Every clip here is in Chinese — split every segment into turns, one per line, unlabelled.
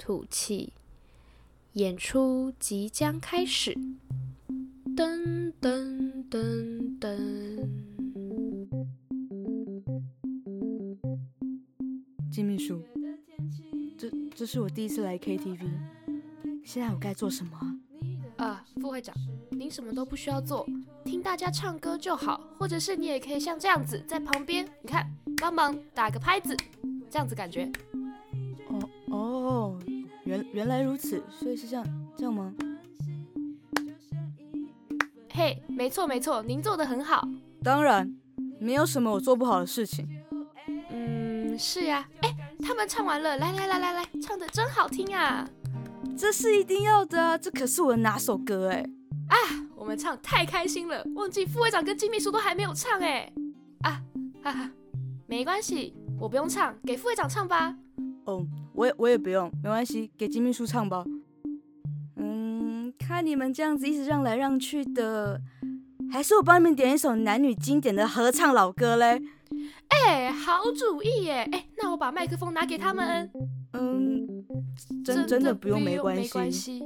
吐气。演出即将开始。噔噔噔噔。
金秘书，这这是我第一次来 KTV，现在我该做什么啊？
啊，副会长，您什么都不需要做，听大家唱歌就好，或者是你也可以像这样子在旁边，你看，帮忙打个拍子，这样子感觉。
哦哦，原原来如此，所以是这样这样吗？
嘿，没错没错，您做的很好。
当然，没有什么我做不好的事情。
嗯，是呀、哎，他们唱完了，来来来来来，唱的真好听啊！
这是一定要的啊，这可是我的拿手歌哎。
我们唱太开心了，忘记副会长跟金秘书都还没有唱哎、啊，哈哈，没关系，我不用唱，给副会长唱吧。
哦，我也我也不用，没关系，给金秘书唱吧。嗯，看你们这样子一直让来让去的，还是我帮你们点一首男女经典的合唱老歌嘞。
哎、好主意耶！哎、那我把麦克风拿给他们。
嗯，真真的不用没关
没关
系。
系。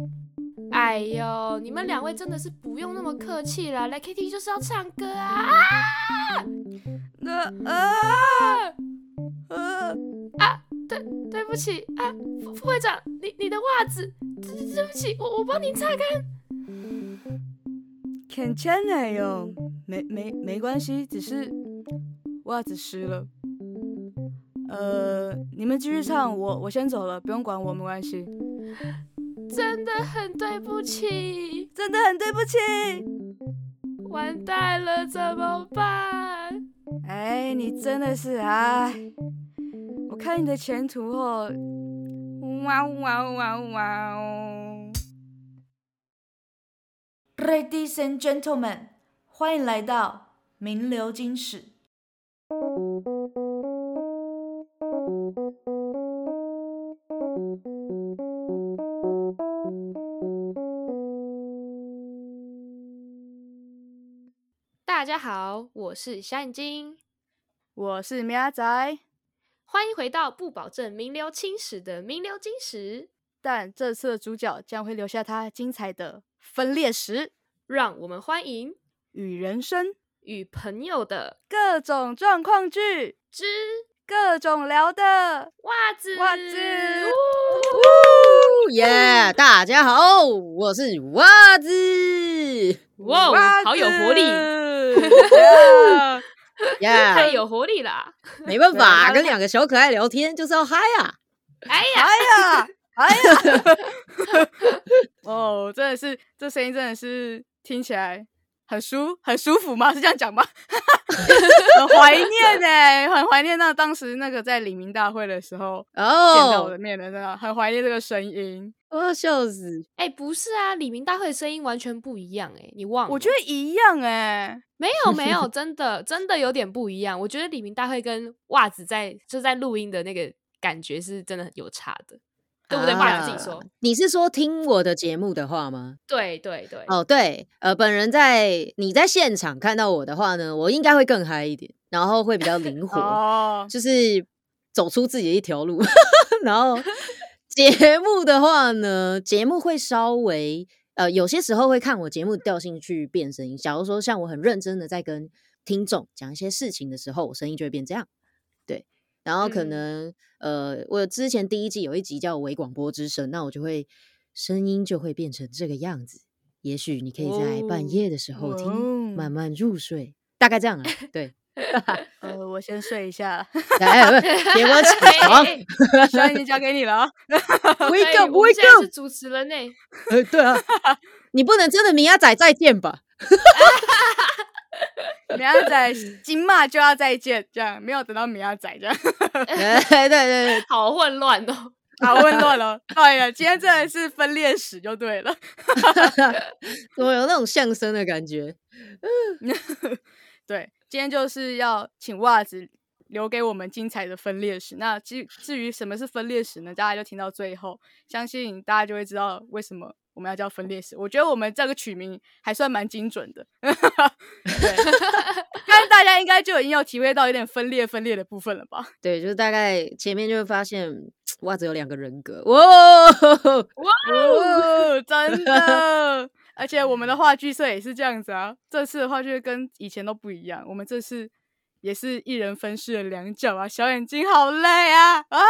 哎呦，你们两位真的是不用那么客气啦，来 KTV 就是要唱歌啊！
那啊啊！
对不起啊，副副会长，你你的袜子，对对对不起，我我帮您擦干。
괜찮아요，没哎没没关系，只是袜子湿了。呃，你们继续唱，我我先走了，不用管我，没关系。
真的很对不起，
真的很对不起。
完蛋了，怎么办？
哎，你真的是哎，我看你的前途后，哇哇哇哇哦！
Ladies and gentlemen，欢迎来到名流金史。
大家好，我是小眼睛，
我是喵仔，
欢迎回到不保证名流青史的名流金史。
但这次的主角将会留下他精彩的分裂史
让我们欢迎
与人生
与朋友的
各种状况剧。
之
各种聊的，
袜子
袜子
呜
耶
嗯
大家好，我是袜 子，
哇哦，好有活力，
力！
耶、
太有活力啊啦！
没办
对然
法，
后
跟两个小可爱聊天就是要嗨啊！
哎呀，
哎呀，哎呀， 哦，真的是，这声音真的是听起来很舒很舒服吗？是这样讲吗？ 很怀念哎、很怀念那当时那个在李明大会的时候见到我
哦
的，面的，真的很怀念这个声音。
我要笑死！
哎，不是啊，李明大会的声音完全不一样哎，你忘了？
我
哦
觉得一样哎、
没有没 有，真的真的有点不一样。我觉得李明大会跟袜子在就在录音的那个感觉是真的有差的，对不对？袜子自己
啊
说，
你是说听我的节目的话吗？
对对 对，
哦，对，呃，本人在你在现场看到我的话呢，我应该会更嗨一点，然后会比较灵活。
哦，
就是走出自己的一条路。 然后节目的话呢，节目会稍微呃，有些时候会看我节目调性去变声音。假如说像我很认真的在跟听众讲一些事情的时候，我声音就会变这样。对，然后可
嗯
能、呃，我之前第一季有一集叫《微广播之声》，那我就会声音就会变成这个样子。也许你可以在
哦
半夜的时候听，
哦
慢慢入睡，大概这样啊。对，
呃，我先睡一下，
哎，不是别关起床。
声音就交给你了啊。
哎
啊
我
wake up,
们
wake
现在
up！
是主持人呢、
呃，对啊， 你不能真的明阿仔再见吧？
米亚仔金马就 要再见，这样没有等到米亚仔这样。
哎，对对对，
好混乱哦。
啊，混乱了。对了，今天真的是分裂史就对了。
怎么有那种相声的感觉？
对，今天就是要请袜子留给我们精彩的分裂史。那至至于什么是分裂史呢？大家就听到最后，相信大家就会知道为什么我们要叫分裂史。我觉得我们这个取名还算蛮精准的， 对， 但是大家应该就已经有体会到有点分裂分裂的部分了吧？
对，就是大概前面就会发现袜子有两个人格，哇，
哦，真的。而且我们的话剧社也是这样子啊，这次的话剧跟以前都不一样，我们这次也是一人分饰了两角啊，小眼睛好累啊啊！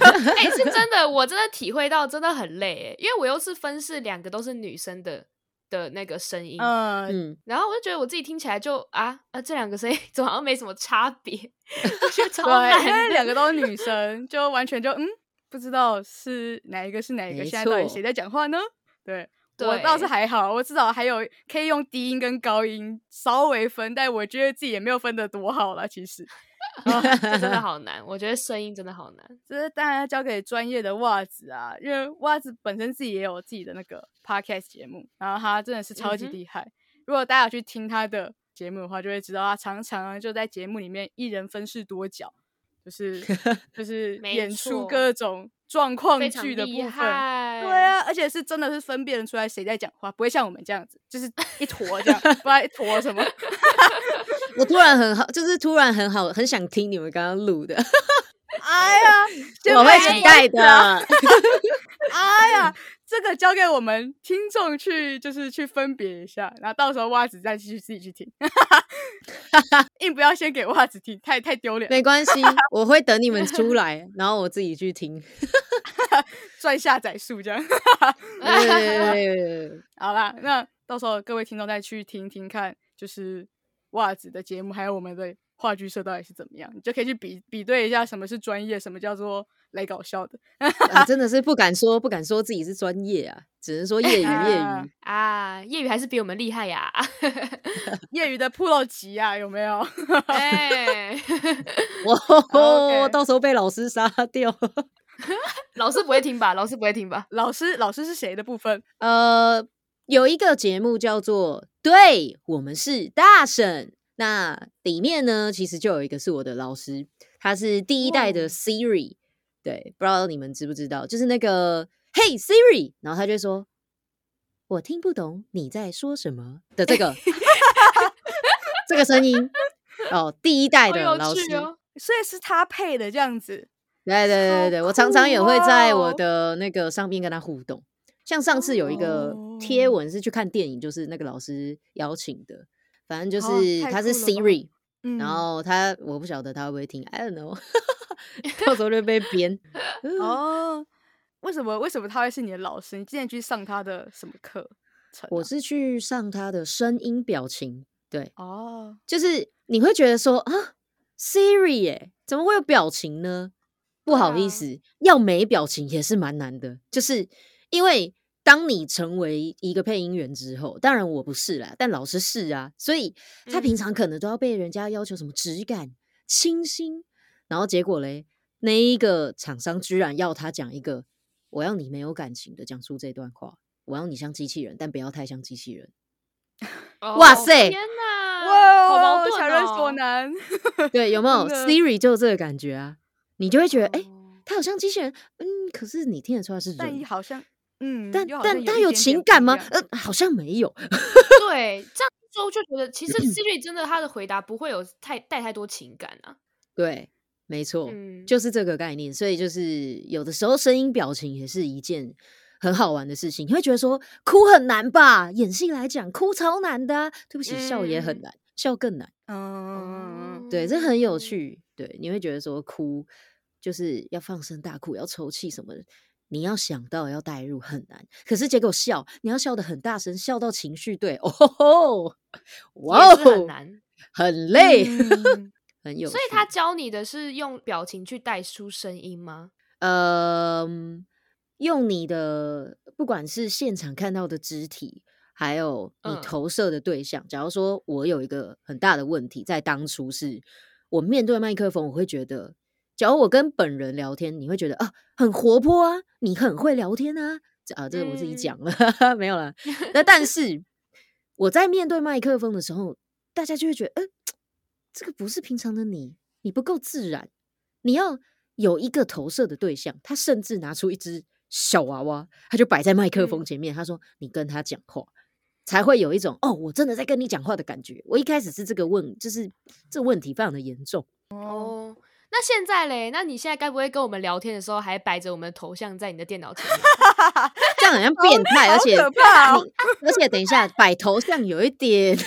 哎、是真的，我真的体会到真的很累哎，因为我又是分饰两个都是女生的的那个声音，
嗯，
嗯，
然后我就觉得我自己听起来就啊啊这两个声音 怎么好像没什么差别， 我觉得超
对，因为
难
两
的。
个都是女生，就完全就嗯，不知道是哪一个是哪一个，
没
现在到底
错
谁在讲话呢？对。我
对
倒是还好，我至少还有可以用低音跟高音稍微分，但我觉得自己也没有分得多好了。其实，
啊 这真的好难，我觉得声音真的好难。
这当然要交给专业的袜子啊，因为袜子本身自己也有自己的那个 podcast 节目，然后他真的是超级
嗯哼
厉害。如果大家有去听他的节目的话，就会知道他常常啊就在节目里面一人分饰多角，就是 就是
没
演出
错
各种状况
非常
剧的
厉
部分。
害，
对啊，而且是真的是分辨得出来谁在讲话，不会像我们这样子，就是一坨 这样，不知道一坨什么。
我突然很好，就是突然很好，很想听你们刚刚录的，
哎呀，就
我会
没
期待
啊
的。
哎呀，这个交给我们听众去，就是去分别一下，然后到时候袜子再继续自己去听， 硬不要先给袜子听，太太丢脸了，
没关系，我会等你们出来，然后我自己 去听。
赚下载数这样。
对对对对
好啦，那到时候各位听众再去听听看，就是袜子的节目，还有我们的话剧社到底是怎么样，你就可以去比比对一下什么是专业，什么叫做来搞笑的。
啊，真的是不敢说，不敢说自己是专业啊，只能说业余业
啊
余。
啊，业余还是比我们厉害呀。
业余的 pro 级啊，有没有？
哎，
我
OK
到时候被老师杀掉。
老师不会听吧？老师不会听 吧？
老师，老师是谁的部分？
呃，有一个节目叫做《对我们是大婶》，那里面呢，其实就有一个是我的老师，他是第一代的 Siri，、对，不知道你们知不知道，就是那个 Hey Siri，然后他就会说。我听不懂你在说什么的这 个这个声音哦，第一代
好
的
有
老师，
趣哦。
所以是他配的这样子。
对对对
好
对，我常常也会在
酷
我
哦
的那个上面跟他互动。像上次有一个贴
哦
文是去看电影，就是那个老师邀请的，反正就
哦
是
太
他是
酷了吧
Siri，
嗯
然后他我不晓得他会不会听，I don't know，到时候就会被编。
哦，为什么为什么他会是你的老师？你之前去上他的什么课程啊、
我是去上他的声音表情，对，
哦，
就是你会觉得说啊，Siri 耶、怎么会有表情呢？不好
对
意
啊
思，要没表情也是蛮难的，就是因为当你成为一个配音员之后，当然我不是啦，但老师是啊，所以他平
嗯
常可能都要被人家要求什么质感、清新，然后结果嘞，那一个厂商居然要他讲一个我要你没有感情的讲出这段话，我要你像机器人，但不要太像机器人。
哦
哇塞
天哪！
哇
好矛盾
强人
哦
所 难。
对，有没有
真的
Siri 就这个感觉啊？你就会觉得，哎、
哦
他好像机器人，嗯，可是你听得出来是
但
人
也，好像，嗯，
但
又好
但
像
他
一
有
点
情
点
感
不一
吗
样？
呃，好像没有。
对，这样说我就觉得，其实 Siri 真的他的回答不会有太带太多情感啊。
对，没错，
嗯，
哦就是这个概念。所以就是有的时候声音表情也是一件很好玩的事情。你会觉得说哭很难吧？演戏来讲，哭超难的啊、对不起，笑也很
嗯
难，笑更难。
嗯，
对，这很有
哦。
趣。对，你会觉得说哭就是要放声大哭，要抽泣什么的，你要想到要带入很难。可是结果笑，你要笑的很大声，笑到情绪对， 哦吼吼，哇
也是很
哦，
难，
很累，
嗯
很有趣。
所以他教你的是用表情去带出声音吗？
呃，嗯用你的不管是现场看到的肢体，还有你
嗯
投射的对象。假如说我有一个很大的问题，在当初是我面对麦克风，我会觉得假如我跟本人聊天，你会觉得啊，很活泼啊，你很会聊天啊，这啊，这个我自己讲了， 没有啦。那但是我在面对麦克风的时候，大家就会觉得，嗯、这个不是平常的你，你不够自然，你要有一个投射的对象。他甚至拿出一只小娃娃，他就摆在麦克风前面，他说：“你跟他讲话。”才会有一种哦，我真的在跟你讲话的感觉。我一开始是这个问，就是这问题非常的严重。
哦，那现在嘞？那你现在该不会跟我们聊天的时候还摆着我们的头像在你的电脑前面？
这样好像变态，而且
可怕哦
你而且等一下摆头像有一点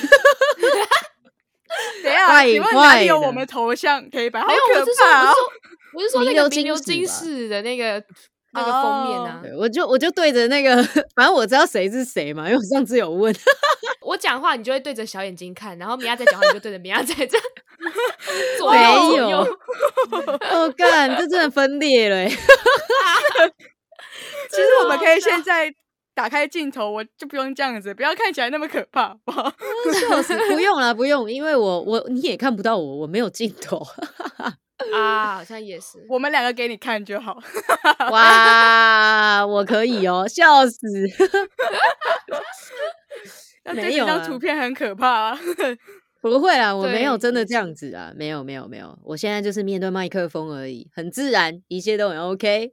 等一下，
怪
请问哪
怪
里有
的
我们头像可以摆？好
没有，我
可
是说，
怕哦！
我是说，我是说那
名
个
流
名流
金
金
史吧哦
士的那个那个封面啊。
对，我就我就对着那个，反正我知道谁是谁嘛，因为我上次有问，
我讲话你就会对着小眼睛看，然后米娅在讲话你就对着米娅在这 样左右
没
左
有
右。
哦，干，这真的分裂了欸、
其实
啊
我们可以现在打开镜头，我就不用这样子，不要看起来那么可怕，好不好？
笑死！不用了，不用，因为我我你也看不到我，我没有镜头。
啊，好像也 是。
我们两个给你看就好。
哇，我可以哦，笑死！
那
没
对这
有
张
啊
图片很可怕啊！
不会啦，我没有
对
真的这样子啊，没有没有没有，我现在就是面对麦克风而已，很自然，一切都很 OK。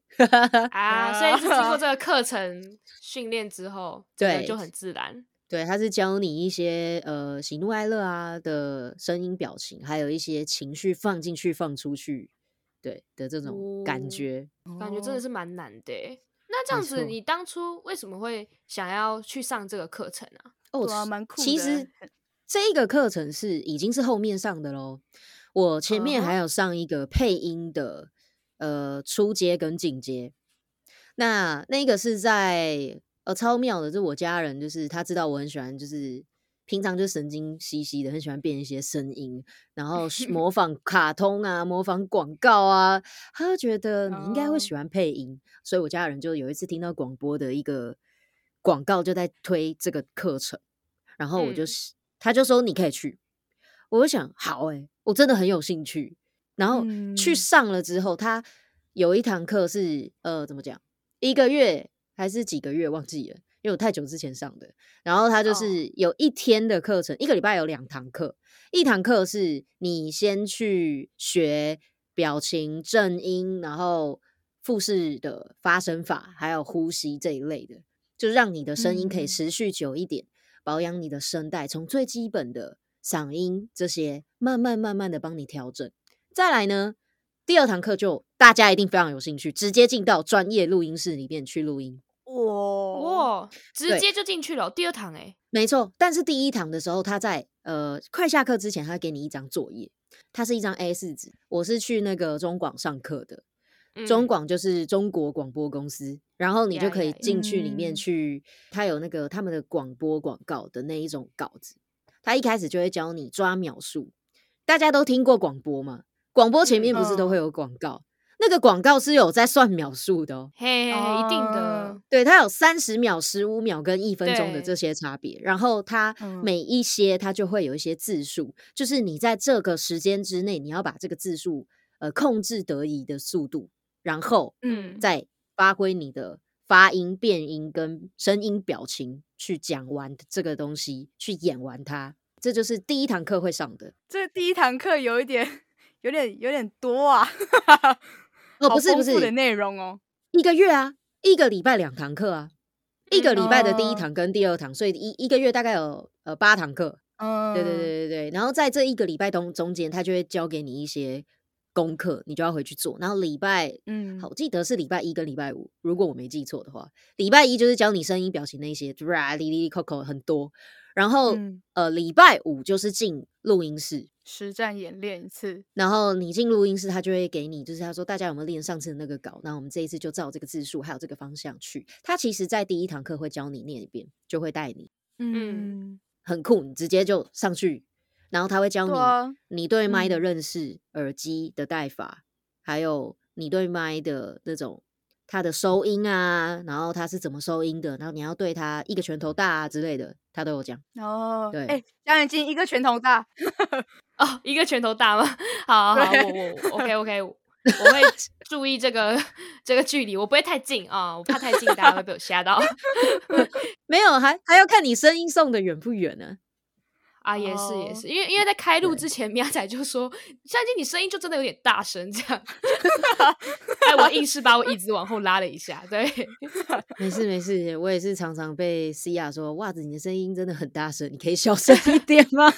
啊，所以是经过这个课程训练之后，这个
对
就很自然。
对，他是教你一些呃喜怒哀乐啊的声音表情，还有一些情绪放进去、放出去，对的这种
哦
感觉。
感觉真的是蛮难的欸。那这
哦没
样子，
错
你当初为什么会想要去上这个课程啊？
哦，
对啊蛮酷
其
的
实这个课程是已经是后面上的喽。我
嗯
前面还有上一个配音的，呃，初阶跟进阶。那那个是在呃超妙的，就我家人就是他知道我很喜欢，就是平常就神经兮兮的，很喜欢变一些声音，然 后是模仿卡通啊，模仿广告啊，他就觉得你应该会
哦
喜欢配音，所以我家人就有一次听到广播的一个广告，就在推这个课程。然后我就
嗯
是、他就说你可以去，我就想好诶、我真的很有兴趣。然后去
嗯
上了之后，他有一堂课是呃怎么讲，一个月还是几个月忘记了，因为我太久之前上的。然后他就
哦
是有一天的课程，一个礼拜有两堂课，一堂课是你先去学表情、正音，然后腹式的发声法，还有呼吸这一类的，就是让你的声音可以
嗯
持续久一点，保养你的声带，从最基本的嗓音这些，慢慢慢慢的帮你调整。再来呢，第二堂课就大家一定非常有兴趣，直接进到专业录音室里面去录音。
哇，
哇，直
哦对
接就进去了，第二堂哎，
没错，但是第一堂的时候，他在呃快下课之前，他给你一张作业，它是一张 A 四纸。我是去那个中广上课的，
嗯
中广就是中国广播公司，然后你就
呀
可以
呀呀
进去里面
嗯
去，它有那个他们的广播广告的那一种稿子，他一开始就会教你抓秒数。大家都听过广播嘛，广播前
嗯
面不是都会
嗯
有广告，那个广告是有在算秒数的哦。
嘿嘿嘿，一定的
哦，
对，它有三十秒、十五秒跟一分钟的这
对
些差别，然后它
嗯
每一些它就会有一些字数，就是你在这个时间之内，你要把这个字数呃控制得宜的速度，然后
嗯
再发挥你的发音、变音跟声音表情去讲完这个东西，去演完它。这就是第一堂课会上的
这第一堂课有一点，有点，有点多啊！
哦，
好
不是不
丰
是
富的内容哦。
一个月啊，一个礼拜两堂课啊，一个礼拜的第一
嗯
堂跟第二堂，所以一一个月大概有呃八堂课。
嗯，
对对对对对。然后在这一个礼拜中中间，他就会教给你一些功课，你就要回去做。然后礼拜，
嗯
好，我记得是礼拜一跟礼拜五，如果我没记错的话，礼拜一就是教你声音、表情那些，啦哩哩哩扣扣很多。然后、
嗯
呃，礼拜五就是进录音室，
实战演练一次。
然后你进录音室，他就会给你，就是他说大家有没有练上次的那个稿？那我们这一次就照这个字数还有这个方向去。他其实在第一堂课会教你念一遍，就会带你
嗯
嗯，
很酷，你直接就上去，然后他会教你、
对啊
你对麦的
嗯
认识、耳机的戴法，还有你对麦的那种它的收音啊，然后它是怎么收音的，然后你要对它一个拳头大啊之类的，他都有讲。
哦，
对
哎，张眼睛一个拳头大，
哦，一个拳头大吗？好好好，
对
我我 OK OK，我会注意这个这个距离，我不会太近啊、我怕太近大家会被我吓到
没有，还还要看你声音送的远不远呢、
啊。也是也
哦
是，因为因为在开录之前，米亚仔就说：“相信你声音就真的有点大声。”这 样，哎，我硬是把我椅子往后拉了一下，对。
没事没事，我也是常常被西亚说：“袜子，你的声音真的很大声，你可以小声一点吗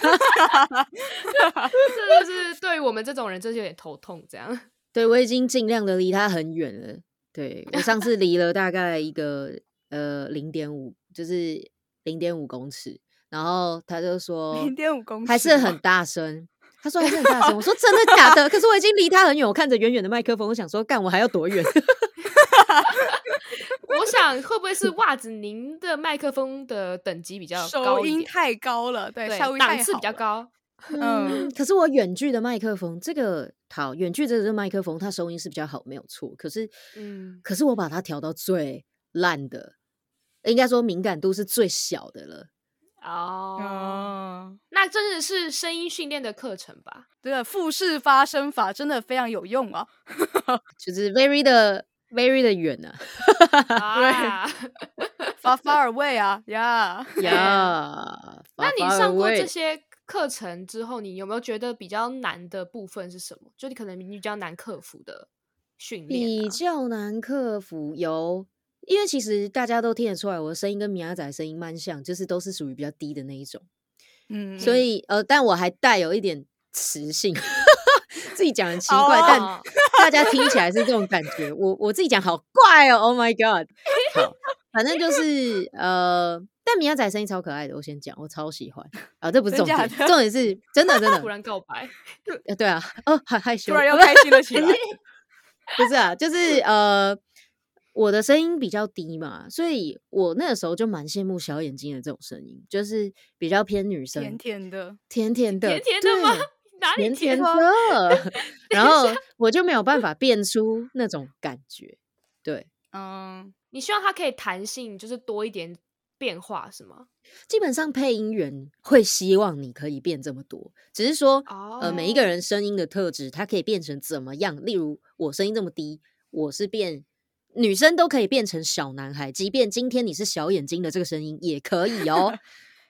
这就是对于我们这种人，这就有点头痛。这样，？”
对我已经尽量的离他很远了。对我上次离了大概一个呃零点五，就是零点五公尺，然后他就说
零点五公尺
还是
吗
很大声。他说还是很大声，我说真的假的？可是我已经离他很远，我看着远远的麦克风，我想说干我还要多远？
我想会不会是袜子您的麦克风的等级比较高
收
一
音
点，
太高了，对，
对
效率
档
太
次比
好
较
了。
高？
嗯
嗯，可是我远距的麦克风，这个好，远距的这个麦克风，它收音是比较好，没有错。可是，
嗯
可是我把它调到最烂的，应该说敏感度是最小的了。
哦，
哦，
那真的是声音训练的课程 吧？
对啊，腹式发声法真的非常有用啊。
就是 very 的 very 的远啊，
啊，
Far far away 啊，呀、
呀、
那
发
你
发
上过
啊而
这
未
些课程之后，你有没有觉得比较难的部分是什么？就你可能你比较难克服的训练
比
啊、
较难克服有，因为其实大家都听得出来，我的声音跟米亚仔声音蛮像，就是都是属于比较低的那一种。
嗯，
所以呃，但我还带有一点磁性， 自己讲很奇怪，
哦
但 大家听起来是这种感觉。我我自己讲好怪哦，Oh my god！好，反正就是呃，但米亚仔声音超可爱的，我先讲，我超喜欢啊，这不是
真
重
假
点，
的
重点是真的真
突
的，
然告白，
呃对啊，哦，好害羞，
突然又开心了起来。
不是啊，就是呃，我的声音比较低嘛，所以我那个时候就蛮羡慕小眼睛的这种声音，就是比较偏女生，
甜甜的，
甜甜的，
甜甜的吗
对？
哪里
甜甜
吗？
的，然后我就没有办法变出那种感觉。对，
嗯，
你希望它可以弹性，就是多一点变化，是吗？
基本上配音员会希望你可以变这么多，只是说
哦
呃每一个人声音的特质，它可以变成怎么样？例如我声音这么低，我是变。女生都可以变成小男孩，即便今天你是小眼睛的这个声音也可以哦。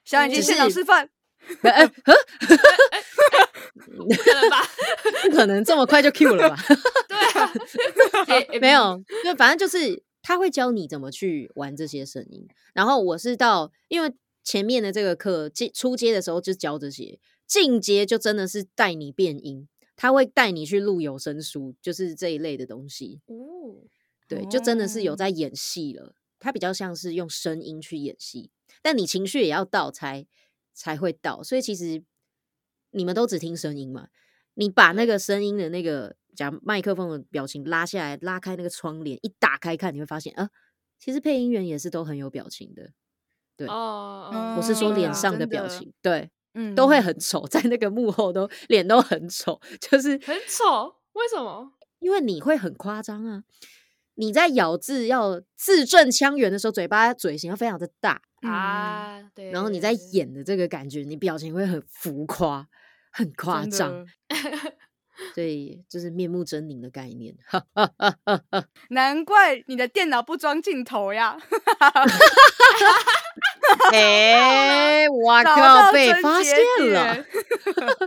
小眼睛
只
现场
是
示范，
呃呃嗯
不可 能吧？
不可能这么快就 Q 了吧？
对啊，也
没，有，就反正就是他会教你怎么去玩这些声音。然后我是到因为前面的这个课进初阶的时候就教这些，进阶就真的是带你变音，他会带你去录有声书，就是这一类的东西。
哦，
对，就真的是有
哦
在演戏了。他比较像是用声音去演戏，但你情绪也要到才才会到。所以其实你们都只听声音嘛，你把那个声音的那个讲麦克风的表情拉下来，拉开那个窗帘，一打开看，你会发现啊，其实配音员也是都很有表情的。对
哦，
我是说
嗯
脸
啊
上的
真
表
的
情，对，
嗯，
都会很丑，在那个幕后都脸都很丑， 就是
很丑，为什么？
因为你会很夸张啊！你在咬字要字正腔圆的时候，嘴巴嘴型要非常的大，
嗯，
啊，对，
然后你在
对，
演的这个感觉，你表情会很浮夸、很夸
真的
张，所以就是面目狰狞的概 念。
难怪你的电脑不装镜头呀，
哎、我
找到
靠，被
症
发
结
现了！
点
对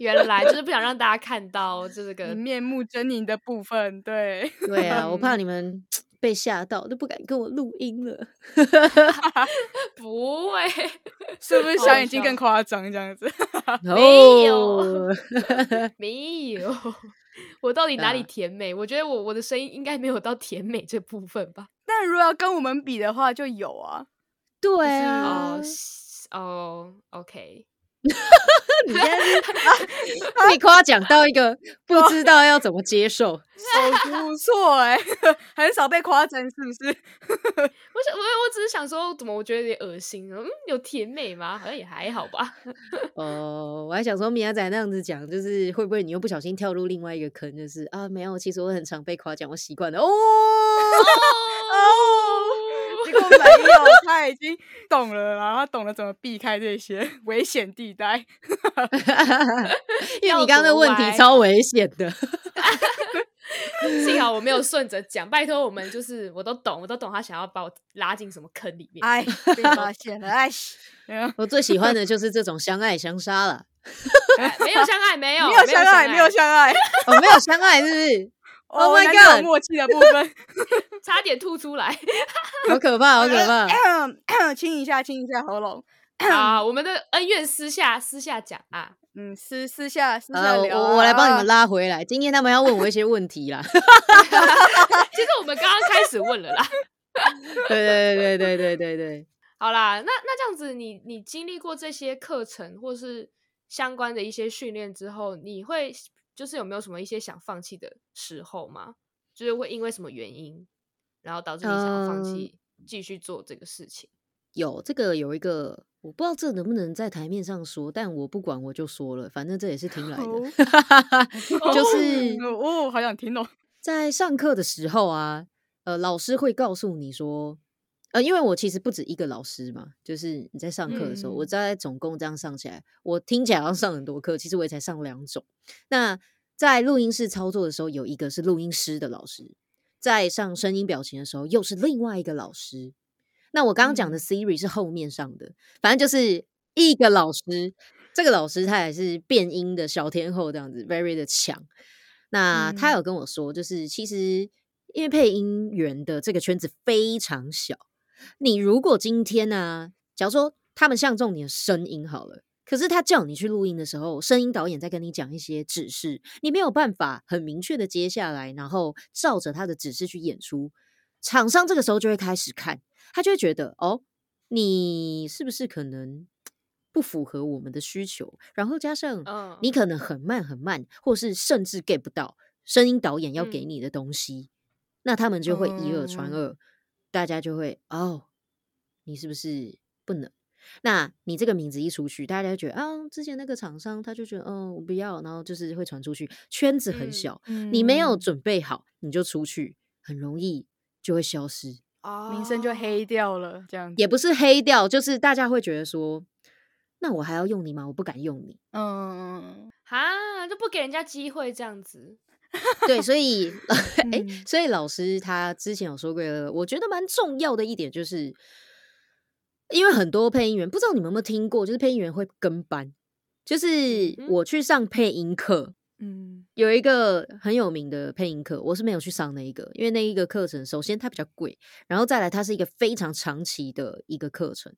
原来就是不想让大家看到这个
你，
嗯
面目狰狞的部分，对，
对啊，我 怕你们被吓到，都不敢跟我录音了。
不会，
是不是
好
小眼睛
笑
更夸张这样子？
没有
哦
没有，我到底哪里
啊
甜美？我觉得我我的声音应该没有到甜美这部分吧？
但如果要跟我们比的话，就有啊，
对
是
啊
哦，是哦，OK，
你现在 是被夸奖到一个不知道要怎么接受。
手不错哎、很少被夸赞，是不是？
我想我我只是想说，怎么我觉得有点恶心？嗯，有甜美吗？好像也还好吧。
哦，我还想说米亚仔那样子讲，就是会不会你又不小心跳入另外一个坑？就是啊，没有，其实我很常被夸奖，我习 惯了。哦，
结果没有，他已经懂了啦，然后懂了怎么避开这些危险地带。
因为
要
你刚刚的
多
问题
歪
超危险的。
幸好我没有顺着讲，拜托我们就是我都懂，我都懂他想要把我拉进什么坑里面。
哎，被发现了，哎， 然后
我最喜欢的就是这种相爱相杀了。
哎没有相爱，没有
没有相爱，没有相爱。
哦，没有相爱是不是？Oh my
难怪有
god
默契的部 分。
差点吐出来。
好可怕，好可 怕！
嗯清一下，清一下喉咙。
啊，我们的恩怨私下私下讲啊。
嗯，私私下私
好
下
了，
聊啊、
我我来帮你 们
拉。
拉回来。今天他们要问我一些问题 啦。
其实我们刚刚开始问了啦。
对对对对对对对
好啦，那那这样子你，你经历过这些课程或是相关的一些训练之后，你会就是有没有什么一些想放弃的时候吗？就是会因为什么原因，然后导致你想要放
嗯
弃继续做这个事情？
有这个有一个，我不知道这能不能在台面上说，但我不管，我就说了，反正这也是听来 的，就是
哦，哦好想听哦。
在上课的时候啊，呃，老师会告诉你说，呃，因为我其实不止一个老师嘛，就是你在上课的时候，我在总共这样上起来，我听起来好像上很多课，其实我也才上两种。那在录音室操作的时候，有一个是录音师的老师，在上声音表情的时候，又是另外一个老师。那我刚刚讲的 Siri 是后面上的，反正就是一个老师，这个老师他也是变音的小天后，这样子 very 的强。那他有跟我说，就是其实因为配音员的这个圈子非常小，你如果今天呢、假如说他们相中你的声音好了。可是他叫你去录音的时候，声音导演在跟你讲一些指示，你没有办法很明确的接下来，然后照着他的指示去演出。厂商这个时候就会开始看，他就会觉得哦，你是不是可能不符合我们的需求？然后加上
嗯，
你可能很慢很慢，或是甚至 get 不到声音导演要给
嗯哦
你的东西，那他们就会以讹传讹，大家就会哦，你是不是不能？那你这个名字一出去，大家就觉得啊，之前那个厂商他就觉得，嗯，我不要，然后就是会传出去，圈子很
嗯
小，你没有
嗯
准备好，你就出去，很容易就会消失。
名嗯声就
哦
黑掉了，这样子
也不是黑掉，就是大家会觉得说，那我还要用你吗？我不敢用你。
嗯，
啊，就不给人家机会这样子。
对，所以， 哎、
嗯
所以老师他之前有说过一个，我觉得蛮重要的一点就是，因为很多配音员，不知道你们有没有听过，就是配音员会跟班，就是
嗯哼
我去上配音课，
嗯
有一个很有名的配音课，我是没有去上那一个，因为那一个课程首先它比较贵，然后再来它是一个非常长期的一个课程，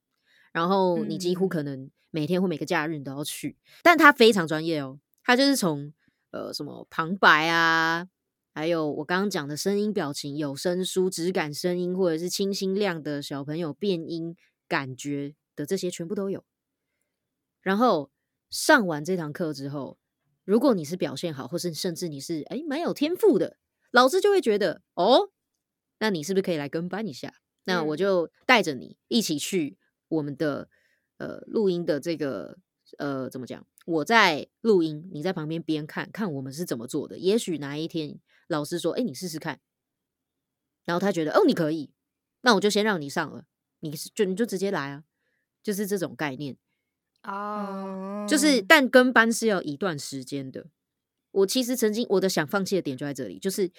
然后你几乎可能每天或每个假日你都要去，但它非常专业哦，它就是从呃什么旁白啊，还有我刚刚讲的声音、表情、有声书、质感声音，或者是清新亮的小朋友变音感觉的这些全部都有。然后上完这堂课之后，如果你是表现好，或是甚至你是哎蛮有天赋的，老师就会觉得哦，那你是不是可以来跟班一下？那我
嗯
就带着你一起去我们的呃录音的这个呃怎么讲？我在录音，你在旁边边看看我们是怎么做的。也许哪一天老师说：“哎、你试试看。”然后他觉得：“哦，你可以。”那我就先让你上了，你是就你就直接来啊，就是这种概念。
嗯
哦，
嗯
就是但跟班是要一段时间的。我其实曾经我的想放弃的点就在这里，就是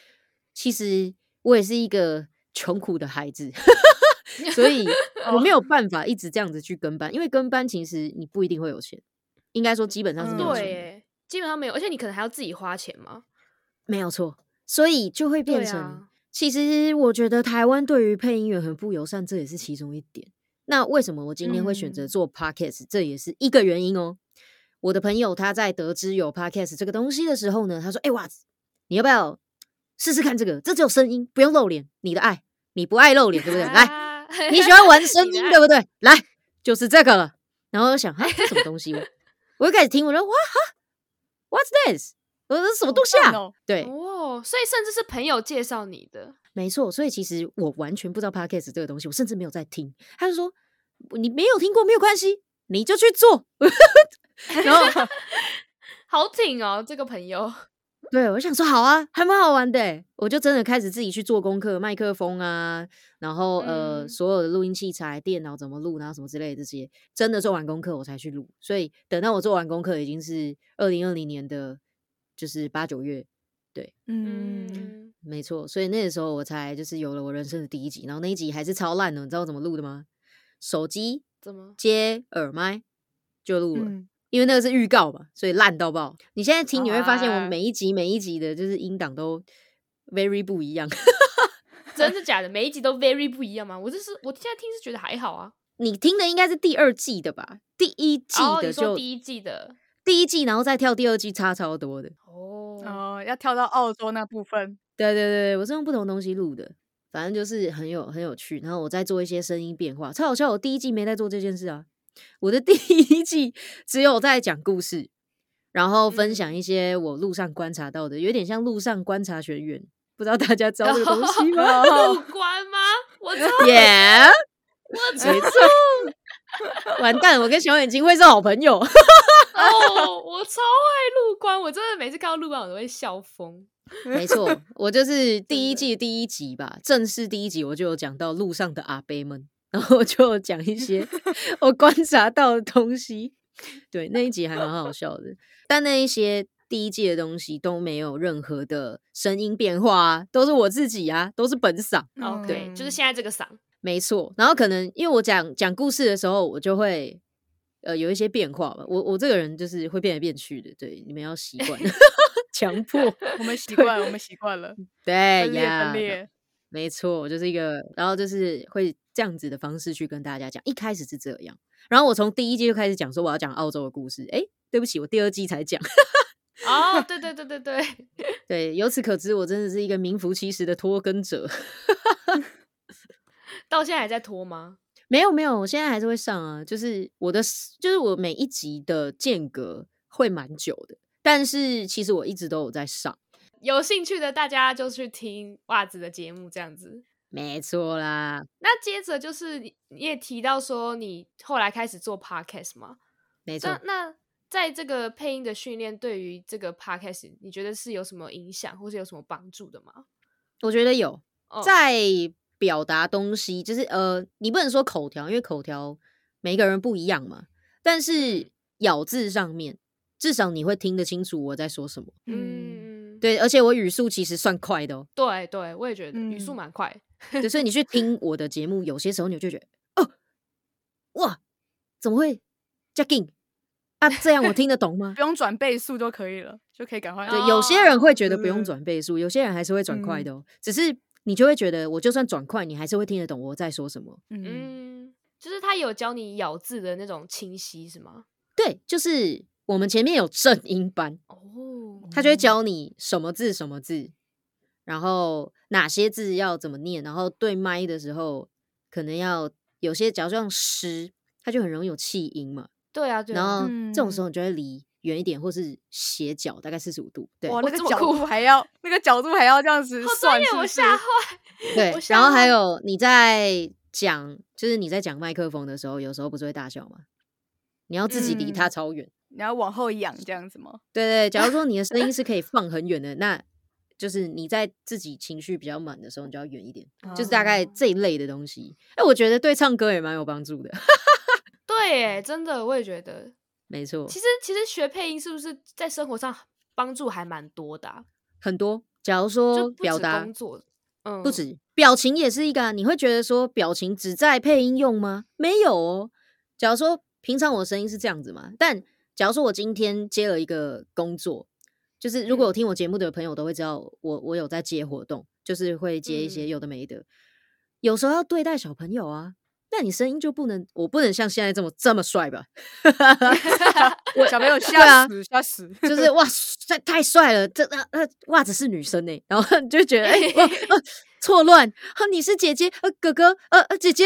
其实我也是一个穷苦的孩子， 所 以我
哦
没有办法一直这样子去跟班，因为跟班其实你不一定会有钱，应该说基本上是没有
嗯对
钱的，
耶，基本上没有，而且你可能还要自己花钱嘛。
没有错，所以就会变
对
成。
啊
其实我觉得台湾对于配音员很不友善，这也是其中一点。那为什么我今天会选择
嗯
做 podcast，、这也是一个原因哦。我的朋友他在得知有 podcast 这个东西的时候呢，他说：“哎、哇，你要不要试试看这个？这只有声音，不用露脸。你的爱，你不爱露脸，对不对？来，
啊
你喜欢玩声
你的
音
爱
对不对？来，就是这个了。然后我就想，哈，这什么东西？我我就开始听，我说，哇哈，What's this？我说这什么东西
好
啊？
赞哦
对，
哦，所以甚至是朋友介绍你的，
没错。所以其实我完全不知道 podcast 这个东西，我甚至没有在听。他就说，你没有听过没有关系，你就去做。 然后
好挺哦，这个朋友。
对我想说，好啊，还蛮好玩的欸。我就真的开始自己去做功课，麦克风啊，然后呃，
嗯
所有的录音器材、电脑怎么录，然后什么之类的这些，真的做完功课我才去录。所以等到我做完功课，已经是二零二零年的，就是八九月。
嗯，
嗯，
没错，所以那个时候我才就是有了我人生的第一集，然后那一集还是超烂的，你知道我怎么录的吗？手机
怎么？
接耳麦就录了，
嗯，
因为那个是预告嘛，所以烂到爆。你现在听你会发现，我
啊
每一集每一集的就是音档都 very 不一样。
真的假的？每一集都 very 不一样吗？我这是我现在听是觉得还好啊。
你听的应该是第二季的吧？第一季
哦
的
你
就、
说第一季的
第一季，然后再跳第二季，差超多的。
哦，
哦，要跳到澳洲那部 分，
对对对，我是用不同东西录的，反正就是很有很有趣。然后我再做一些声音变化，超好笑。我第一季没在做这件事啊，我的 第一季只有在讲故事，然后分享一些我路上观察到的，有点像路上观察学院，不知道大家知道这个东西 吗？
入
哦
关吗？我操！
耶，没错。 完蛋，我跟小眼睛会是好朋友。
哦，我超爱入关，我真的每次看到入关我都会笑疯。
没错，我就是第一季第一集吧，正式第一集我就有讲到路上的阿伯们，然后我就有讲一 些我观察到的东西。对，那一集还蛮好笑 的，但那一些第一季的东西都没有任何的声音变化啊，都是我自己啊，都是本嗓。
哦，对，
嗯
嗯
就是现在这个嗓。
没错，然后可能因为我讲讲故事的时候，我就会呃有一些变化吧。我我这个人就是会变来变去的，对，你们要习 惯，强迫。
我们习惯了，我们习惯了，
对
分裂
哎呀，
分裂，
没错，我就是一个，然后就是会这样子的方式去跟大家讲。一开始是这样，然后我从第一季就开始讲说我要讲澳洲的故事。诶，对不起，我第二季才讲。
哦，对对对对对，
对，由此可知，我真的是一个名副其实的拖更者。
到现在还在拖吗？
没有没有，我现在还是会上啊，就是我的，就是我每一集的间隔会蛮久的，但是其实我一直都有在上。
有兴趣的大家就去听袜子的节目，这样子。
没错啦，
那接着就是你你也提到说你后来开始做 podcast 嘛？
没错
那。那在这个配音的训练对于这个 podcast，你觉得是有什么影响或是有什么帮助的吗？
我觉得有、
哦
在表达东西，就是呃，你不能说口条，因为口条每个人不一样嘛。但是咬字上面，至少你会听得清楚我在说什么。
嗯，
嗯，，
对，而且我语速其实算快的哦
对对，我也觉得语速
嗯
蛮快。
对所以你去听我的节目，有些时候你就觉得哦，哇，怎么会加劲啊？这样我听得 懂吗
不？用转倍速就可以了，就可以赶快。
对，有些人会觉得不
哦
用转倍速，有些人还是会转快的哦。只是你就会觉得，我就算转快，你还是会听得懂我在说什么。
嗯，
嗯，就是他有教你咬字的那种清晰是吗？
对，就是我们前面有正音班，
哦，
他就会教你什么字什么字，然后哪些字要怎么念，然后对麦的时候可能要有些，假如像诗，它就很容易有气音嘛，
对啊，对
然
啊，
后这种
嗯
时候你就会离远一点，或是斜角大概四十五度，对
哇，
哇
那个
这么
角
酷
度还要那个角度还要这样子
好
算，
专业，
是不
哦我
是
吓坏。
对
我，吓
然后还
到
有你在讲，就是你在讲麦克风的时候，有时候不是会大笑嘛，你要自己离它
嗯
超远。
你要往后仰这样子 吗？
对对，假如说你的声音是 可以放很远的，那就是你在自己情绪比较满的时候，你就要远一点，就是大概这
哦
一类的东西。哎，我觉得对唱歌也蛮有帮助的。
对耶，真的，我也觉得。
没错，
其实其实学配音是不是在生活上帮助还蛮多的啊、
很多。假如
就
说
不
表
止
达
工作，嗯，
不止表情也是一个、啊，你会觉得说表情只在配音用吗？没有哦。假如说平常我的声音是这样子嘛，但假如说我今天接了一个工作，就是如果有听我节目的朋友都会知道我，我有在接活动，就是会接一些
嗯
有的没的，有时候要对待小朋友啊。那你声音就不能，我不能像现在这么这么帅吧？
小 朋友
对啊
吓死吓死，
就是哇，帅太帅了！这那那袜子是女生呢、然后你就觉得哎、哇呃错乱啊，你是姐姐呃哥哥呃呃姐姐，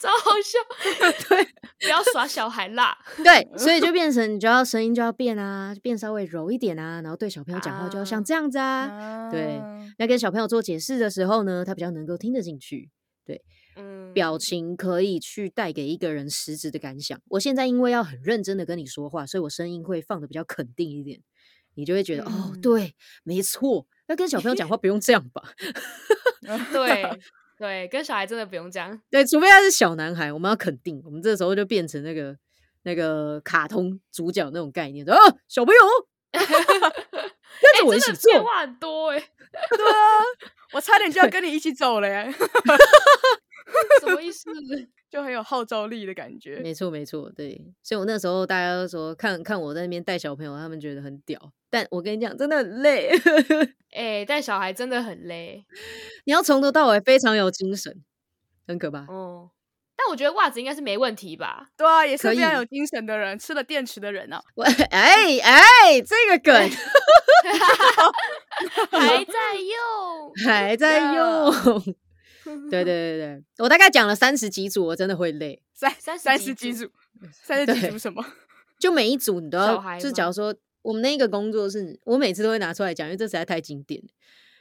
超好笑， 对， 不要耍小孩啦，
对，所以就变成你就要声音就要变啊，变稍微柔一点啊，然后对小朋友讲话就要像
啊
这样子啊。
啊
对 那跟小朋友做解释的时候呢，他比较能够听得进去，
嗯，
表情可以去带给一个人实质的感想。我现在因为要很认真的跟你说话，所以我声音会放的比较肯定一点，你就会觉得、哦，
嗯
对，没错。那跟小朋友讲话不用这样吧？
对对，跟小孩真的不用这样，
对，除非他是小男孩，我们要肯定，我们这时候就变成那个哦 那个卡通主角那种概念，说啊，小朋友跟
哎
着我一
真
起做。
的变化很 多哎、
我差点就要跟你一起走了耶，
什么意思？
就很有号召力的感觉。
没错，没错，对，所以我那时候大家都说看看我在那边带小朋友，他们觉得很屌，但我跟你讲，真的很累，
哎、带小孩真的很累
你要从头到尾非常有精神，很可怕。
哦。但我觉得袜子应该是没问题吧？
对啊，也是
可
非常
以
有精神的人，吃了电池的人啊。
我哎哎，这个梗
还在 用，
还在用。对对对对，我大概讲了三十几组，我真的会累。
三
30
三十几
几组
组，三十几
对
组什么？
就每一组你都
小
要
孩，
就
吗
假如说我们那个工作是，我每次都会拿出来讲，因为这实在太经典了。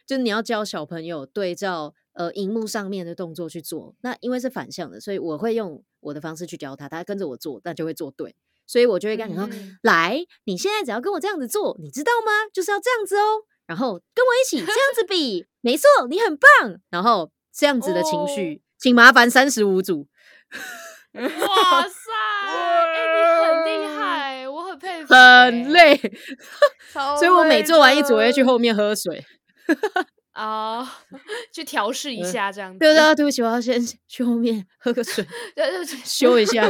就是你要教小朋友对照呃荧幕上面的动作去做，那因为是反向的，所以我会用我的方式去教他，他跟着我做，那就会做对。所以我就会跟他讲说：“
嗯
来，你现在只要跟我这样子做，你知道吗？就是要这样子哦。然后跟我一起这样子比，没错，你很棒。然后这样子的
哦
情绪，请麻烦三十五组。
哇塞，哎、你很厉害，我很佩服、
很，累，
所
所以我每做完一组，我会去后
哦
面喝水。
啊、 去调试一
嗯
下这样 子。
对对，对不起，我要先去后面喝个水，
对对对，。
修一下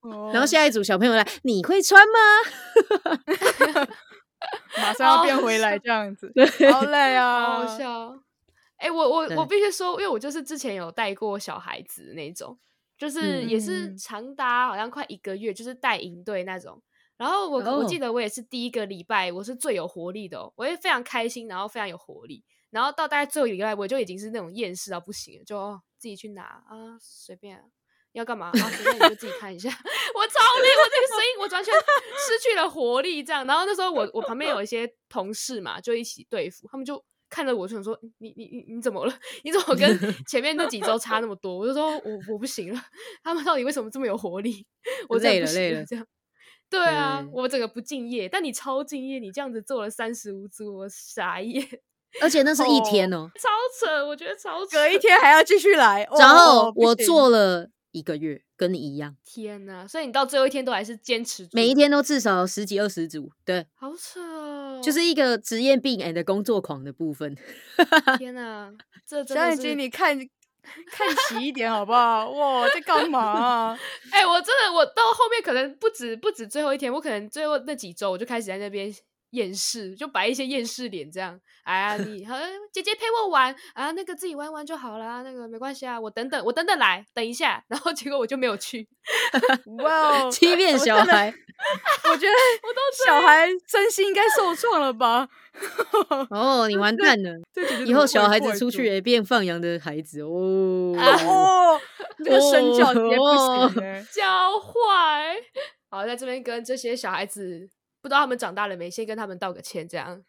哦
然后
现
下一组小朋友来，你会穿吗？
在马上要
好
变回来这样 子，好累啊！
好好笑。哎、我我
对
我必须说，因为我就是之前有带过小孩子那种，就是也是
嗯
长达好像快一个月，就是带营队那种。然后我、我记
哦
得我也是第一个礼拜，我是最有活力的、哦，我也非常开心，然后非常有活力。然后到大概最后一个礼拜，我就已经是那种厌世到不行了，就、哦自己去拿啊，随便啊、要干嘛啊，随便你就自己看一下。我超累，我这个声音我完全失去了活力，这样。然后那时候我我旁边有一些同事嘛，就一起对付，他们就看着我，就想说你你你你怎么了？ 你怎么跟前面那几周差那么多？我 就说我我不行了，他们到底为什么这么有活力？ 我真
累
的不
了
行
累
了
了
这样。对啊，
对
我整个不敬业，但你超敬业，你这样子做了三十五组，我傻眼，
而且那是一天哦，
超扯，我觉得超扯。
隔一天还要继续来，哦
然后
哦不
我
行
做了一个月，跟你一样，
天呐！所以你到最后一天都还是坚持住，
每一天都至少十几二十组，对，
好扯哦，
就是一个职业病 and 工作狂的部分。啊
天呐，这真
小
的
眼
是
睛，你看 看齐一点好不好？哇，在干嘛啊？
哎、我真的，我到后面可能不止不止最后一天，我可能最后那几周我就开始在那边厌世，就摆一些厌世脸这样。哎呀，你 好，姐姐陪我玩啊，那个自己玩一玩就好啦，那个没关系啊，我等等，我等等来，等一下。 然后结果我就没有去，
哇哦，
欺骗
我
小
真的
孩，
我觉得小孩身心应该受创了吧？
哦，你完蛋 了，
这姐姐
以
怎么
后小
会
孩
过来
子出
做
去也变放羊的孩子哦。
哦，你这个身教直接不行哎、
教坏。好，在这边跟这些小孩子，不知道他们长大了没，先跟他们道个歉，这样。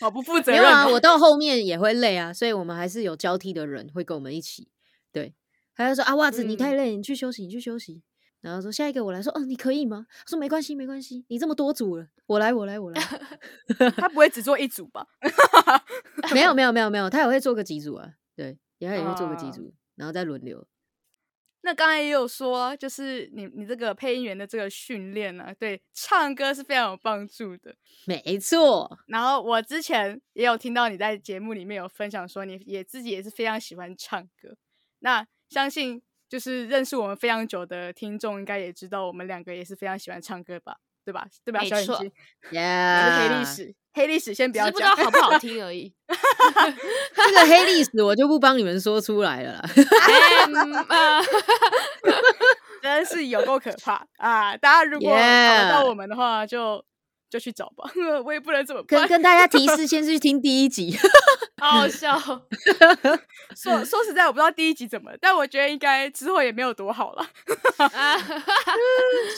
好不负责
没
任
有啊，
哦。
我到后面也会累啊，所以我们还是有交替的人会跟我们一起。对，他就说啊，袜子你太
嗯
累，你去休息，你去休息。然后说下一个我来说，哦，你可以吗？他说没关系，没关系，你这么多组了，我来，我来，我来。
他不会只做一组吧？
没有，没有，没有，没有，他也会做个几组啊，对，也他也会做个几
啊
组，然后再轮流。
那刚才也有说，啊就是你你这个配音员的这个训练呢、啊，对唱歌是非常有帮助的。
没错，
然后我之前也有听到你在节目里面有分享说，你也自己也是非常喜欢唱歌。那相信就是认识我们非常久的听众，应该也知道我们两个也是非常喜欢唱歌吧？对吧？对吧？
没
小眼
错
睛，这是
呀、
黑历史，黑历史先不
只
要
是不知
讲
道。好不好听而已。
这个黑历史我就不帮你们说出 来了啦。
哎嗯啊
真是有够可怕啊！大家如果找得到
Yeah
我们的话就，就去找吧， 我也不能怎么
跟
办。
跟大家提示，先去听第一集。
好 好笑。
说说实在，我不知道第一集怎么，但我觉得应该之后也没有多好了。
啊，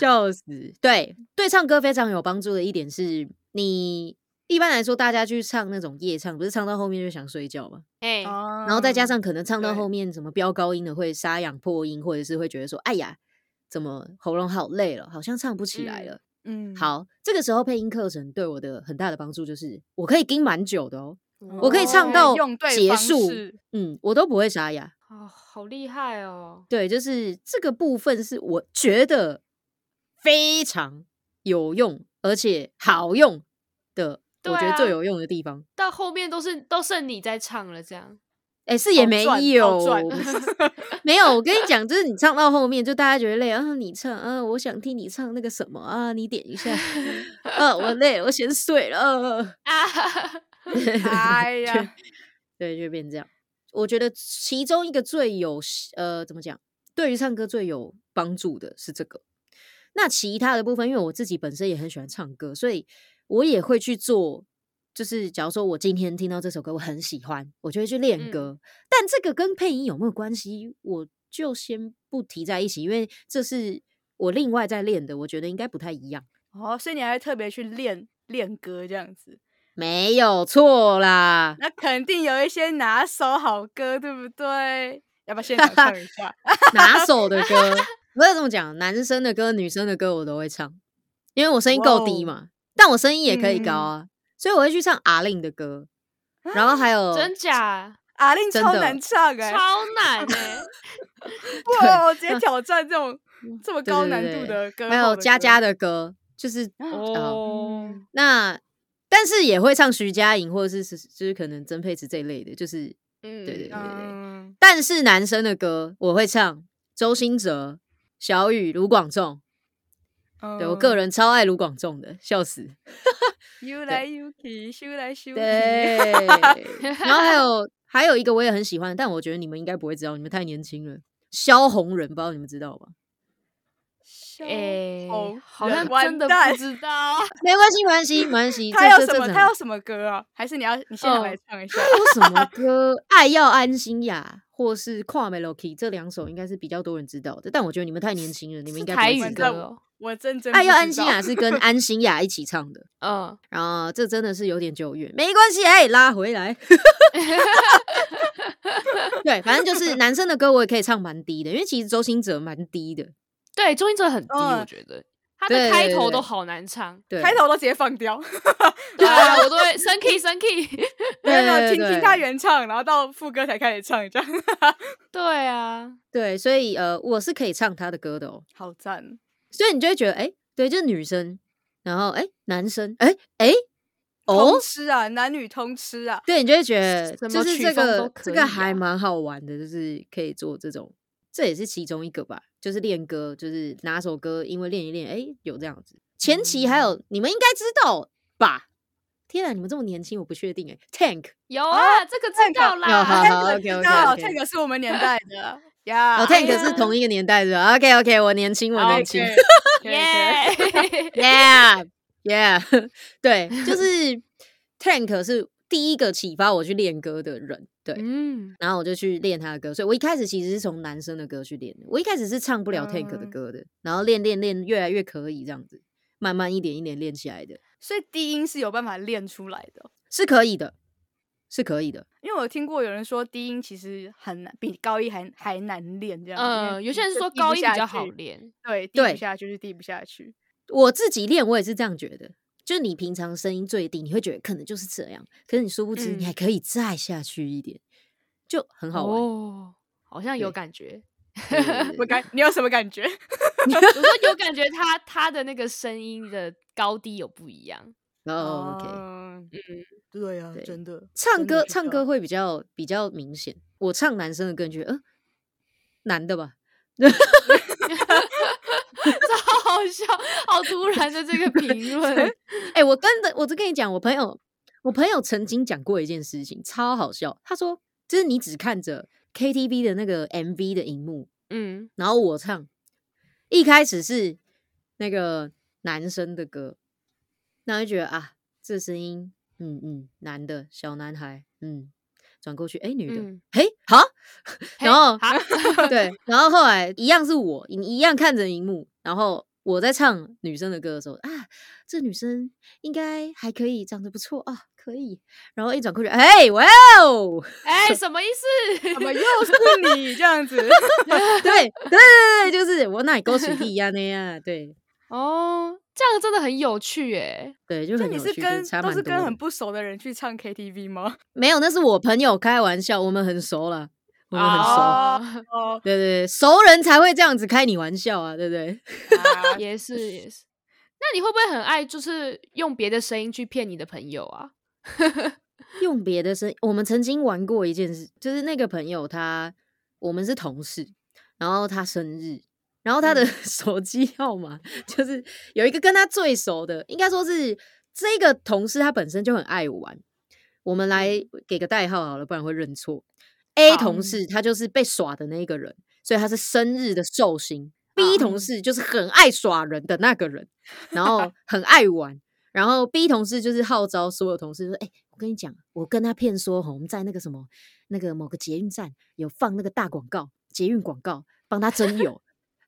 笑死！对，对唱歌非常有帮助的一点是，你一般来说大家去唱那种夜唱，不是唱到后面就想睡觉嘛？
哎、
然
然后再加上可能唱到
嗯对
后面什么飙高音的会沙哑破音，或者是会觉得说，哎呀，怎么喉咙好累了，好像唱不起来
嗯
了。
嗯，
好，这个时候配音课程对我的很大的帮助就是，我可以盯蛮久的哦，我
我
可以唱到
用对
结
方
束
式，
嗯，我都不会沙哑。
哦，好厉害哦！
对，就是这个部分是我觉得非常有用，而且好用的我觉
对
得
啊
最有用的地方。
到后面都是都剩你在唱了，这样
哎、是也
好
没
赚好
有
赚
没有。我跟你讲，就是你唱到后面，就大家觉得累，嗯、你唱，嗯、我想听你唱那个什么啊，你点一下， 嗯、我累，我先睡了，呃
啊，哈哈
哎
就
呀，
对，就变这样。我觉得其中一个最有呃，怎么讲，对于唱歌最有帮助的是这个。那其他的部分，因为我自己本身也很喜欢唱歌，所以我也会去做。就是假如说我今天听到这首歌，我很喜欢，我就会去练
嗯
歌。但这个跟配音有没有关系，我就先不提在一起，因为这是我另外在练的，我觉得应该不太一样。
哦，所以你还特别去练练歌这样子，
没有错啦，
那肯定有一些拿手好歌，对不对？要不要现 场唱一下？
拿手的歌，不是这么讲，男生的歌、女生的歌我都会唱，因为我声音够低
哇哦嗯
嘛，但我声音也可以高啊，所以我会去唱阿令的歌，
啊
然后还有
真假
阿令
真
超
的
难唱 哎、
超难 哎、
哇，我直接挑战这种这么
嗯对
高
对
难
对
度的歌，
还有佳佳
的
的歌，就是呃
哦，
那，但是也会唱徐佳莹或者是是就是可能曾沛慈这一类的，就是
嗯，
对对
歌，
对
嗯，
但是男生的歌我会唱周兴哲、小雨、卢广仲，对我个
人
人超爱卢广仲的，笑死。
嗯，You 来 You k 修来修
对
k，
然后 还有还有一个我也很喜欢，但我觉得你们应该不会知道，你们太年轻了。萧红人，不知道你们知道吧？
修
哎、
红
好
人
像
哦完
真的
蛋
不知 道，
没关系，没关系，没关系。
他
这
有
这
什么？
正
他
常
有什么歌啊？还是你要你现场
哦
来唱一下？
还有 什么歌？《爱要安心呀》或是《跨 Melody》这两首应该是比较多人知道的，但我觉得你们太年轻了，你们应
是
该
台
不
语
会知
歌
道。
哦，
我 真真
爱
不
啊要
知
安心
道
呀》是跟安心雅一起唱的，
嗯，
然后这真的是有点久远，没关系，哎，拉回来。 对，反正就是男生的歌我也可以唱蛮低的，因为其实周兴哲蛮低的，
对，周星哲很低，我
嗯
觉得他
对
的开
对
头
对
都好难 唱，
对，
开头都直接放掉，
对啊，我都会生气 生气，
没有没有
对
听
对
听他
对
原唱，然后到副歌才开始唱，这样
对啊，
对，所以呃，我是可以唱他的歌的哦。
好赞。
所以你就会觉得，哎、对，就是女生，然后哎、诶男生，哎、哎、
通
哦，
吃啊，男女通吃啊，
对，你就会觉得
什
就
么
是
曲
这
风都
个
可
这
以
个还
啊
蛮好玩的，就是可以做这种，这也是其中一个吧，就是练歌，就是哪首歌因为练一练，哎、有这样子。前期还
嗯
有、你们应该知道吧？天啊，你们这么年轻，我不确定哎、Tank
有啊，这个知
那个
道
哦好好
啦，
Tank
，OK，OK，
知道
OK
，Tank 是我们年代的呀。
哦、
我
Tank
啊哎呀
是同一个年代的，OK OK，我年轻，我年轻。
耶，
Yeah, yeah，对， 就是 Tank 是第一个启发我去练歌的人，对。
嗯，
然后我就去练他的歌，所以我一开始其实是从男生的歌去练的。我一开始是唱不了 Tank 的
嗯
歌的，然后练练练，越来越可以这样子，慢慢一点一点练起来的，
所以低音是有办法练出来的，
是可以的，是可以的。
因为我有听过有人说低音其实很难，比高一还还难练这样。因
呃，
为
有些人
就是
说
低不
高音
下
比较好
去，
练，
对，低不
对
下去就是低不下去。
我自己练，我也是这样觉得。就是你平常声音最低，你会觉得可能就是这样，可是你殊不知你
嗯
还可以再下去一点，就很好玩。
哦，好像有
对
感觉，
对对 对对
我感，你有什么感觉？
我说有感觉他他的那个声音的高低有不一样，
哦，OK，
嗯，对啊
对，
真的。
唱
真的
歌
需
唱
要
歌会比较比较明显。我唱男生的歌，你觉得嗯、呃男的 吧，
超好笑，好突然的这个评论，
哎、我跟的，我就跟你讲，我朋友，我朋友曾经讲过一件事情，超好笑。他说，就是你只看着 KTV 的那个 MV 的荧幕，
嗯
然后我唱，一开始是那个男生的歌，那我就觉得啊，这声音，嗯嗯，男的小男孩，嗯，转过去，哎、女的，
嗯
嘿，好， 然后
好
对，然后后来一样是我，你一样看着荧幕，然后我在唱女生的歌的时候啊，这女生应该还可以，长得不错啊，可以。然后一转过去，哎，哇哦，
哎、什么意 思？
怎么又是你这样子？你
对对对对，就是我奶狗水地呀那样，对
哦，这样真的很有趣哎，
对，就很有
是
趣，就
跟
差
都
蛮
是
多
跟
的
很不熟的人去唱 KTV 吗？
没有，那是我朋友开玩笑，我们很熟了，我们很熟。
啊
哦，
对对对，熟人才会这样子开你玩笑啊，对不对？
啊
也是也是。那你会不会很爱就是用别的声音去骗你的朋友啊？
用别的声，我们曾经玩过一件事，就是那个朋友他，我们是同事，然后他生日，然后他的 手机号码就是有一个跟他最熟的，应该说是这个同事他本身就很爱玩，我们来给个代号好了，不然会认错。A
好
同事他就是被耍的那一个人，所以他是生日的寿星。B 同事就是很爱耍人的那个人，然后很爱玩，然后 B 同事就是号召所有同事说：“哎、我跟你讲，我跟他骗说，吼我们在那个什么那个某个捷运站有放那个大广告，捷运广告，帮他征友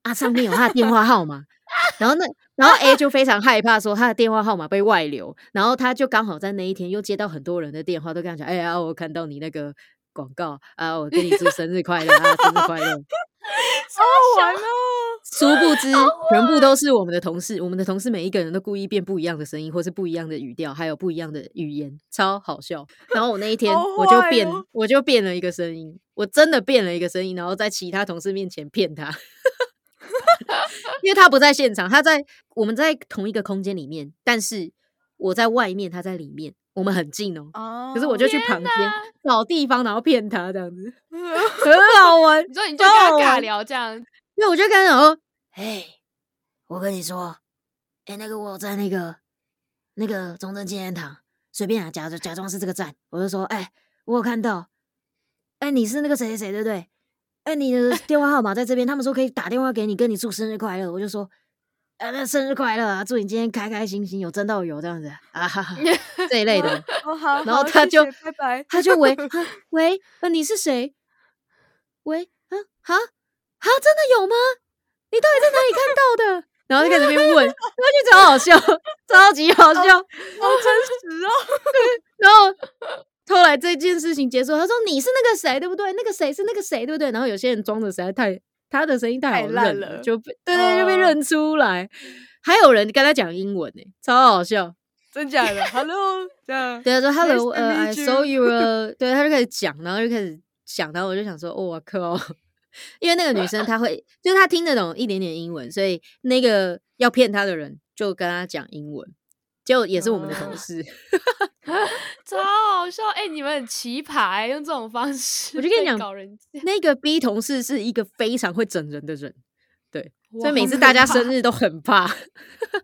啊，上面有他的电话号码。”然后那，然后 A 就非常害怕，说他的电话号码被外流，然后他就刚好在那一天又接到很多人的电话，都跟他讲：“哎呀，我看到你那个广告啊，我跟你祝生日快乐啊，生日快乐。”
好玩哦！
殊不知，全部都是我们的同事。我们的同事每一个人都故意变不一样的声音，或是不一样的语调，还有不一样的语言，超好笑。然后我那一天
好
我就
坏
变，
哦
我就变了一个声音，我真的变了一个声音，然后在其他同事面前骗他， 因为他不在现场，他在我们在同一个空间里面，但是我在外面，他在里面，我们很近哦。
哦
可是我就去旁边找地方，然后骗他这样 子，
就
很好玩。
你说你就跟他
好
尬
玩
聊这样，
因为我就跟他讲说，哎，我跟你说，哎，那个我在那个那个中正纪念堂随便啊，假假装是这个站，我就说，哎，我有看到，哎，你是那个谁谁谁对不对？哎，你的电话号码在这边，他们说可以打电话给你，跟你祝生日快乐。我就说，啊，那生日快乐啊，祝你今天开开心心，有挣到有这样子啊，哈哈这一类的。
哦好，
然后
好
他
谢
就
谢拜拜，
他就喂、啊、喂，呃，你是谁？喂，啊哈哈，真的有吗？你到底在哪里看到的？然后就开 始边问，然后就超好笑，超级
哦
好笑。
好真实 哦。
然后后来这件事情结束，他说你是那个谁对不对？那个谁是那个谁对不对？然后有些人装的实在太，他的声音太
太
好
烂
认
了
就被对对就被
哦
认出来。还有人跟他讲英文呢、欸超好笑。
真假的？Hello，这样
对，他说
Nice
Hello，
to
呃、i
meet
saw
you."
you，were- 对，他就开始讲，然后就开始讲，然后我就想说，哦，我靠， 因为那个女生她会，就是她听得懂一点点英文，所以那个要骗她的人就跟她讲英文，结果也是我们的同
哦
事，
超好笑！哎、你们很奇葩、欸，用这种方式，
我就跟你讲
搞人家，
那个 B 同事是一个非常会整人的人，所
哇
以每
好
次
可
大家
怕
生日都很怕，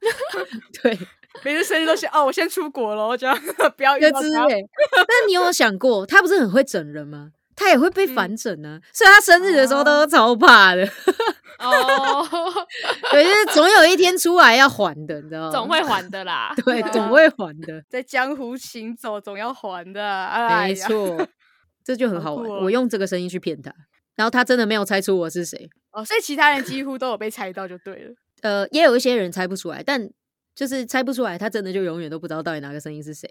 对，
每次生日都写哦，我先出国了，这样 不要遇
个
到
之
他。
类。但欸你有想过，他不是很会整人吗？他也会被
嗯
反整啊，所以他生日的时候都超怕的。
哦，
对，就是总有一天出来要还的，你知道吗？
总会还的啦。
对，总会还的，
在江湖行走，总要还的啊。 哎
没
呀，
错，这就很
好
好玩。
酷哦
我用这个声音去骗他，然后他真的没有猜出我是谁。
哦，所以其他人几乎都有被猜到，就对了。
呃，也有一些人猜不出来，但就是猜不出来，他真的就永远都不知道到底哪个声音 是谁，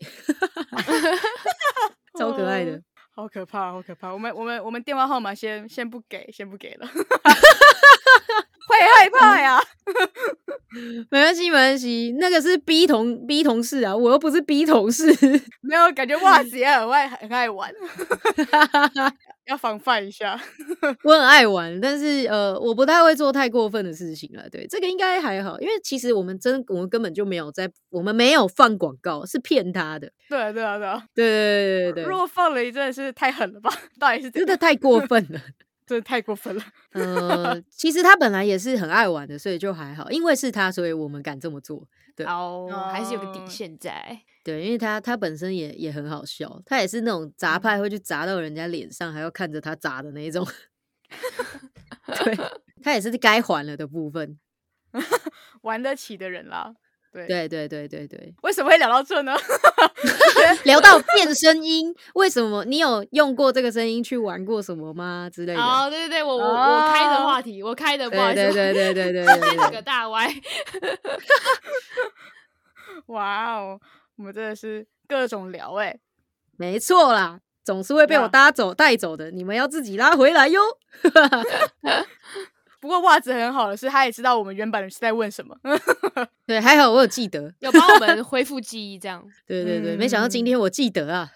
超可爱的
哦。好可怕，好可怕！我们我们我们电话号码先先不给，先不给了， 会害怕呀。
没关系，没关系，那个是 B 同 B 同事啊，我又不是 B 同事。
没有感觉，袜子也很爱很爱 玩，要防范一下。
我很爱玩，但是呃，我不太会做太过分的事情了。对，这个应该还好，因为其实我们真我们根本就没有在，我们没有放广告，是骗他的。
对啊，对啊，对啊。
对对对对
如
对
果放了，真的是太狠了吧？ 到底是真
对，真的
的，
太过分了。
真的太过分了。
呃，其实他本来也是很爱玩的，所以就还好。因为是他，所以我们敢这么做。对
哦，还是有个底
哦
线在。
对，因为他他本身也也很好笑，他也是那种砸派会去砸到人家脸上，还要看着他砸的那一种。 对，他也是该还了的部分。
玩得起的人啦，对。
对对对对对。
为什么会聊到这呢？
聊到变声音， 为什么你有用过这个声音去玩过什么吗？之类的。
哦，对对对，我我我开的
哦
话题，我开的，不好
对
意思，
对对对对 对对对
这
对
个大歪。
哇哦，我们真的是各种聊哎、
没错啦，总是会被我
呀
搭走带走的，你们要自己拉回来哟。
不过袜子很好的是，他也知道我们原版是在问什么。嗯
对，还好我有记得。
有帮我们恢复记忆，这样
对对对，没想到今天我记得啊。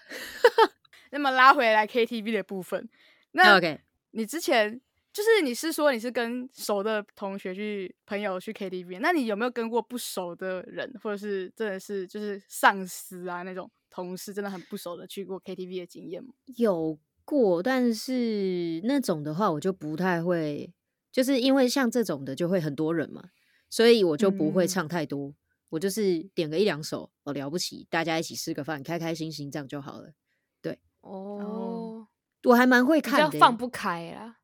那么拉回来 KTV 的部分，那
OK，
你之前就是你是说你是跟熟的同学去朋友去 KTV，那你有没有跟过不熟的人，或者是真的是就是上司啊那种同事，真的很不熟的去过 KTV 的经验吗？
有过，但是那种的话我就不太会，就是因为像这种的就会很多人嘛，所以我就不会
嗯
唱太多，我就是点个一两首，哦了不起，大家一起吃个饭，开开心心这样就好了。
哦，
我还蛮会
比
看
较
的欸、
放不开啦。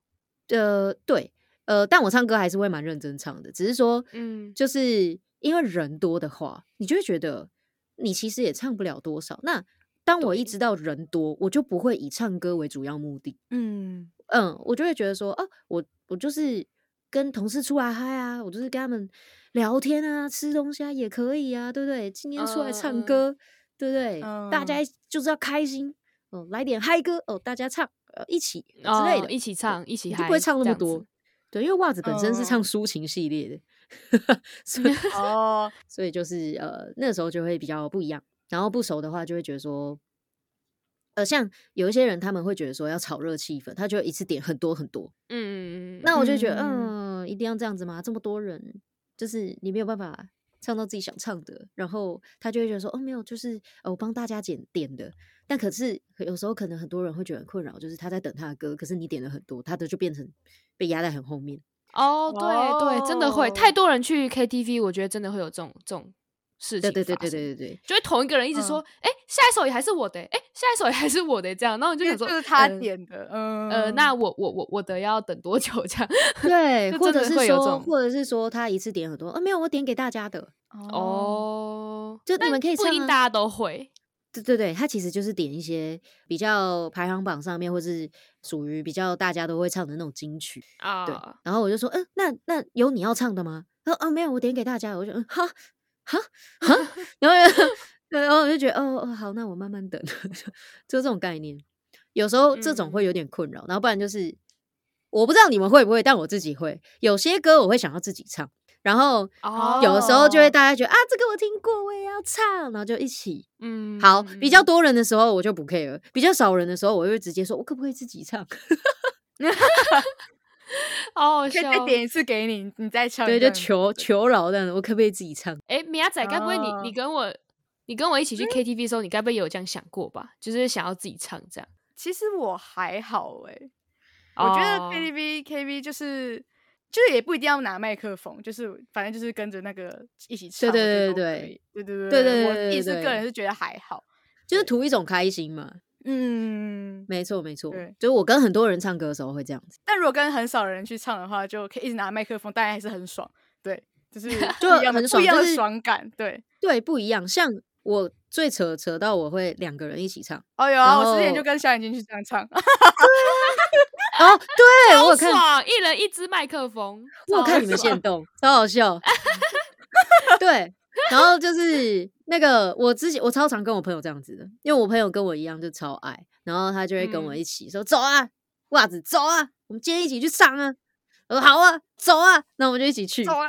呃，对，呃，但我唱歌还是会蛮认真唱的，只是说，
嗯
就是因为人多的话，你就会觉得你其实也唱不了多少。那当我一知道人多，我就不会以唱歌为主要目的，
嗯，
嗯，我就会觉得说，哦，我我就是跟同事出来嗨啊，我就是跟他们聊天啊，吃东西啊也可以啊，对不对？今天出来
嗯
唱
嗯
歌，对不对？大家
嗯
一就是要开心，哦，来点嗨歌哦，大家唱呃一起之
哦
类的，
一起唱一起
你就
嗨
不会唱那
这
么
样子
多。对，因为袜子本身是唱
嗯
抒情系列的， 所 以
哦，
所以就是呃，那时候就会比较不一样。然后不熟的话，就会觉得说，呃，像有一些人他们会觉得说要炒热气氛，他就会一次点很多很多。
嗯，
那我就觉得，嗯、
嗯
一定要这样子吗？这么多人，就是你没有办法唱到自己想唱的。然后他就会觉得说，哦，没有，就是呃，我帮大家点点的。但可是有时候可能很多人会觉得很困扰，就是他在等他的歌，可是你点了很多，他的就变成被压在很后面。
哦，对对，真的会，太
哦
多人去 KTV，我觉得真的会有这种这种事
对
情
对对
发
对
生
对对嗯对。
就会同一个人一直说，哎、下一首也还是我的、哎、下一首也还是我的、这样，然后你就
因为
想
就
说，
是他
呃
点的，嗯，
呃，那我我我我的要等多久这样？
对，
就
或
真
者
的
是
会有这
说，
种
或者是说他一次点很多，啊，没有，我点给大家的。
哦，
就你
但
们可以
不一
唱
定
啊
大家都会，
对对对，他其实就是点一些比较排行榜上面，或是属于比较大家都会唱的那种金曲。
啊，
对，然后我就说，嗯，那那有你要唱的吗？他说，啊，没有，我点给大家。我就，嗯，哈哈哈，然后然后我就觉得，哦哦，好，那我慢慢等， 就这种概念。有时候这种会有点困扰，然后不然就是我不知道你们会不会，但我自己会。有些歌我会想要自己唱，然后
哦
有的时候就会
哦
大家觉得、啊，这个我听过，我也要唱，然后就一起。
嗯，
好，比较
嗯
多人的时候我就不 care，比较少人的时候我就会直接说，我可不可以自己唱？
好好
可以
笑
再
哦。
点一次给你，你再唱这
对，
样，
就求求饶这样子，我可不可以自己唱？
哎、米亚仔，该不会你你
哦
跟我你跟我
嗯
一起去 KTV 的时候，你该不会也有这样想过吧？就是想要自己唱这样。
其实我还好哎、我觉得
哦
KTV KTV 就是就是也不一定要拿麦克风，就是反正就是跟着那个一起唱。
对
我觉得
对
都可以对对
对对
对
对
我自己
对
是
对
个人是觉得还好。
就是图一种开心嘛。
嗯，
没错，没错，
对
就是我跟很多人唱歌的时候会这样子，
但如果跟很少人去唱的话，就可以一直拿麦克风，当然还是很爽。对，就是
就
不一样的
很
不
爽
一样
就
的
是
爽感。对，
对，不一样。像我最扯扯到我会两个人一起唱，
哦有啊，
然
我之前
后
就跟小眼睛去这样唱，
哦，对我有
好
看，
爽，一人一支麦克风，
我有
超
看你们
爽
现动，超好笑。 对，然后就是那个我之前我超常跟我朋友这样子的，因为我朋友跟我一样就超爱，然后他就会跟我
嗯
一起说、走啊，袜子走啊，我们今天一起去上啊。我说好啊，走啊，那我们就一 起去。
走啊，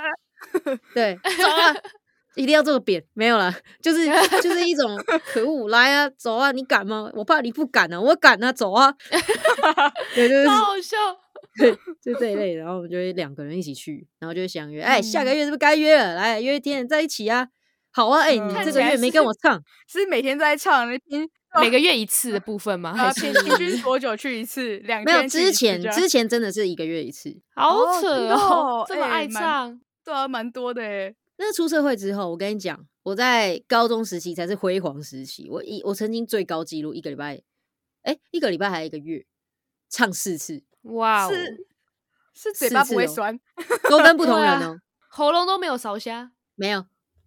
对，走啊，一定要做个扁，没有啦，就是就是 一种可恶，来啊，走啊，你敢吗？我怕你不敢啊，我敢啊，走啊， 对，就是
超好笑。
就这一类，然后我们就会两个人一起去，然后就会相约，哎、下
嗯
个月是不是该约了？来约一天在一起啊，好啊，哎、你
嗯
这
看
个
起来
月没跟
是
我 唱，
是每天都在唱，平
每个月一次的 部分
呃
吗？还
啊
是
平平均多久去一次？两
哦没有
天去一
之
次
前
这样
之前真的是一个月一次，
好
哦
扯
真的哦
这么
哎
爱
蛮
唱，
对啊，蛮多的哎。
那出社会之后，我跟你讲，我在高中时期才是辉煌时期。我一我曾经最高纪录一个礼拜，哎、一个礼拜还一个月唱四次，
哇哦，
是是嘴
四
巴不
次
会
哦
酸，
都跟不同人
对
哦、
啊喉咙都没有烧瞎，
没有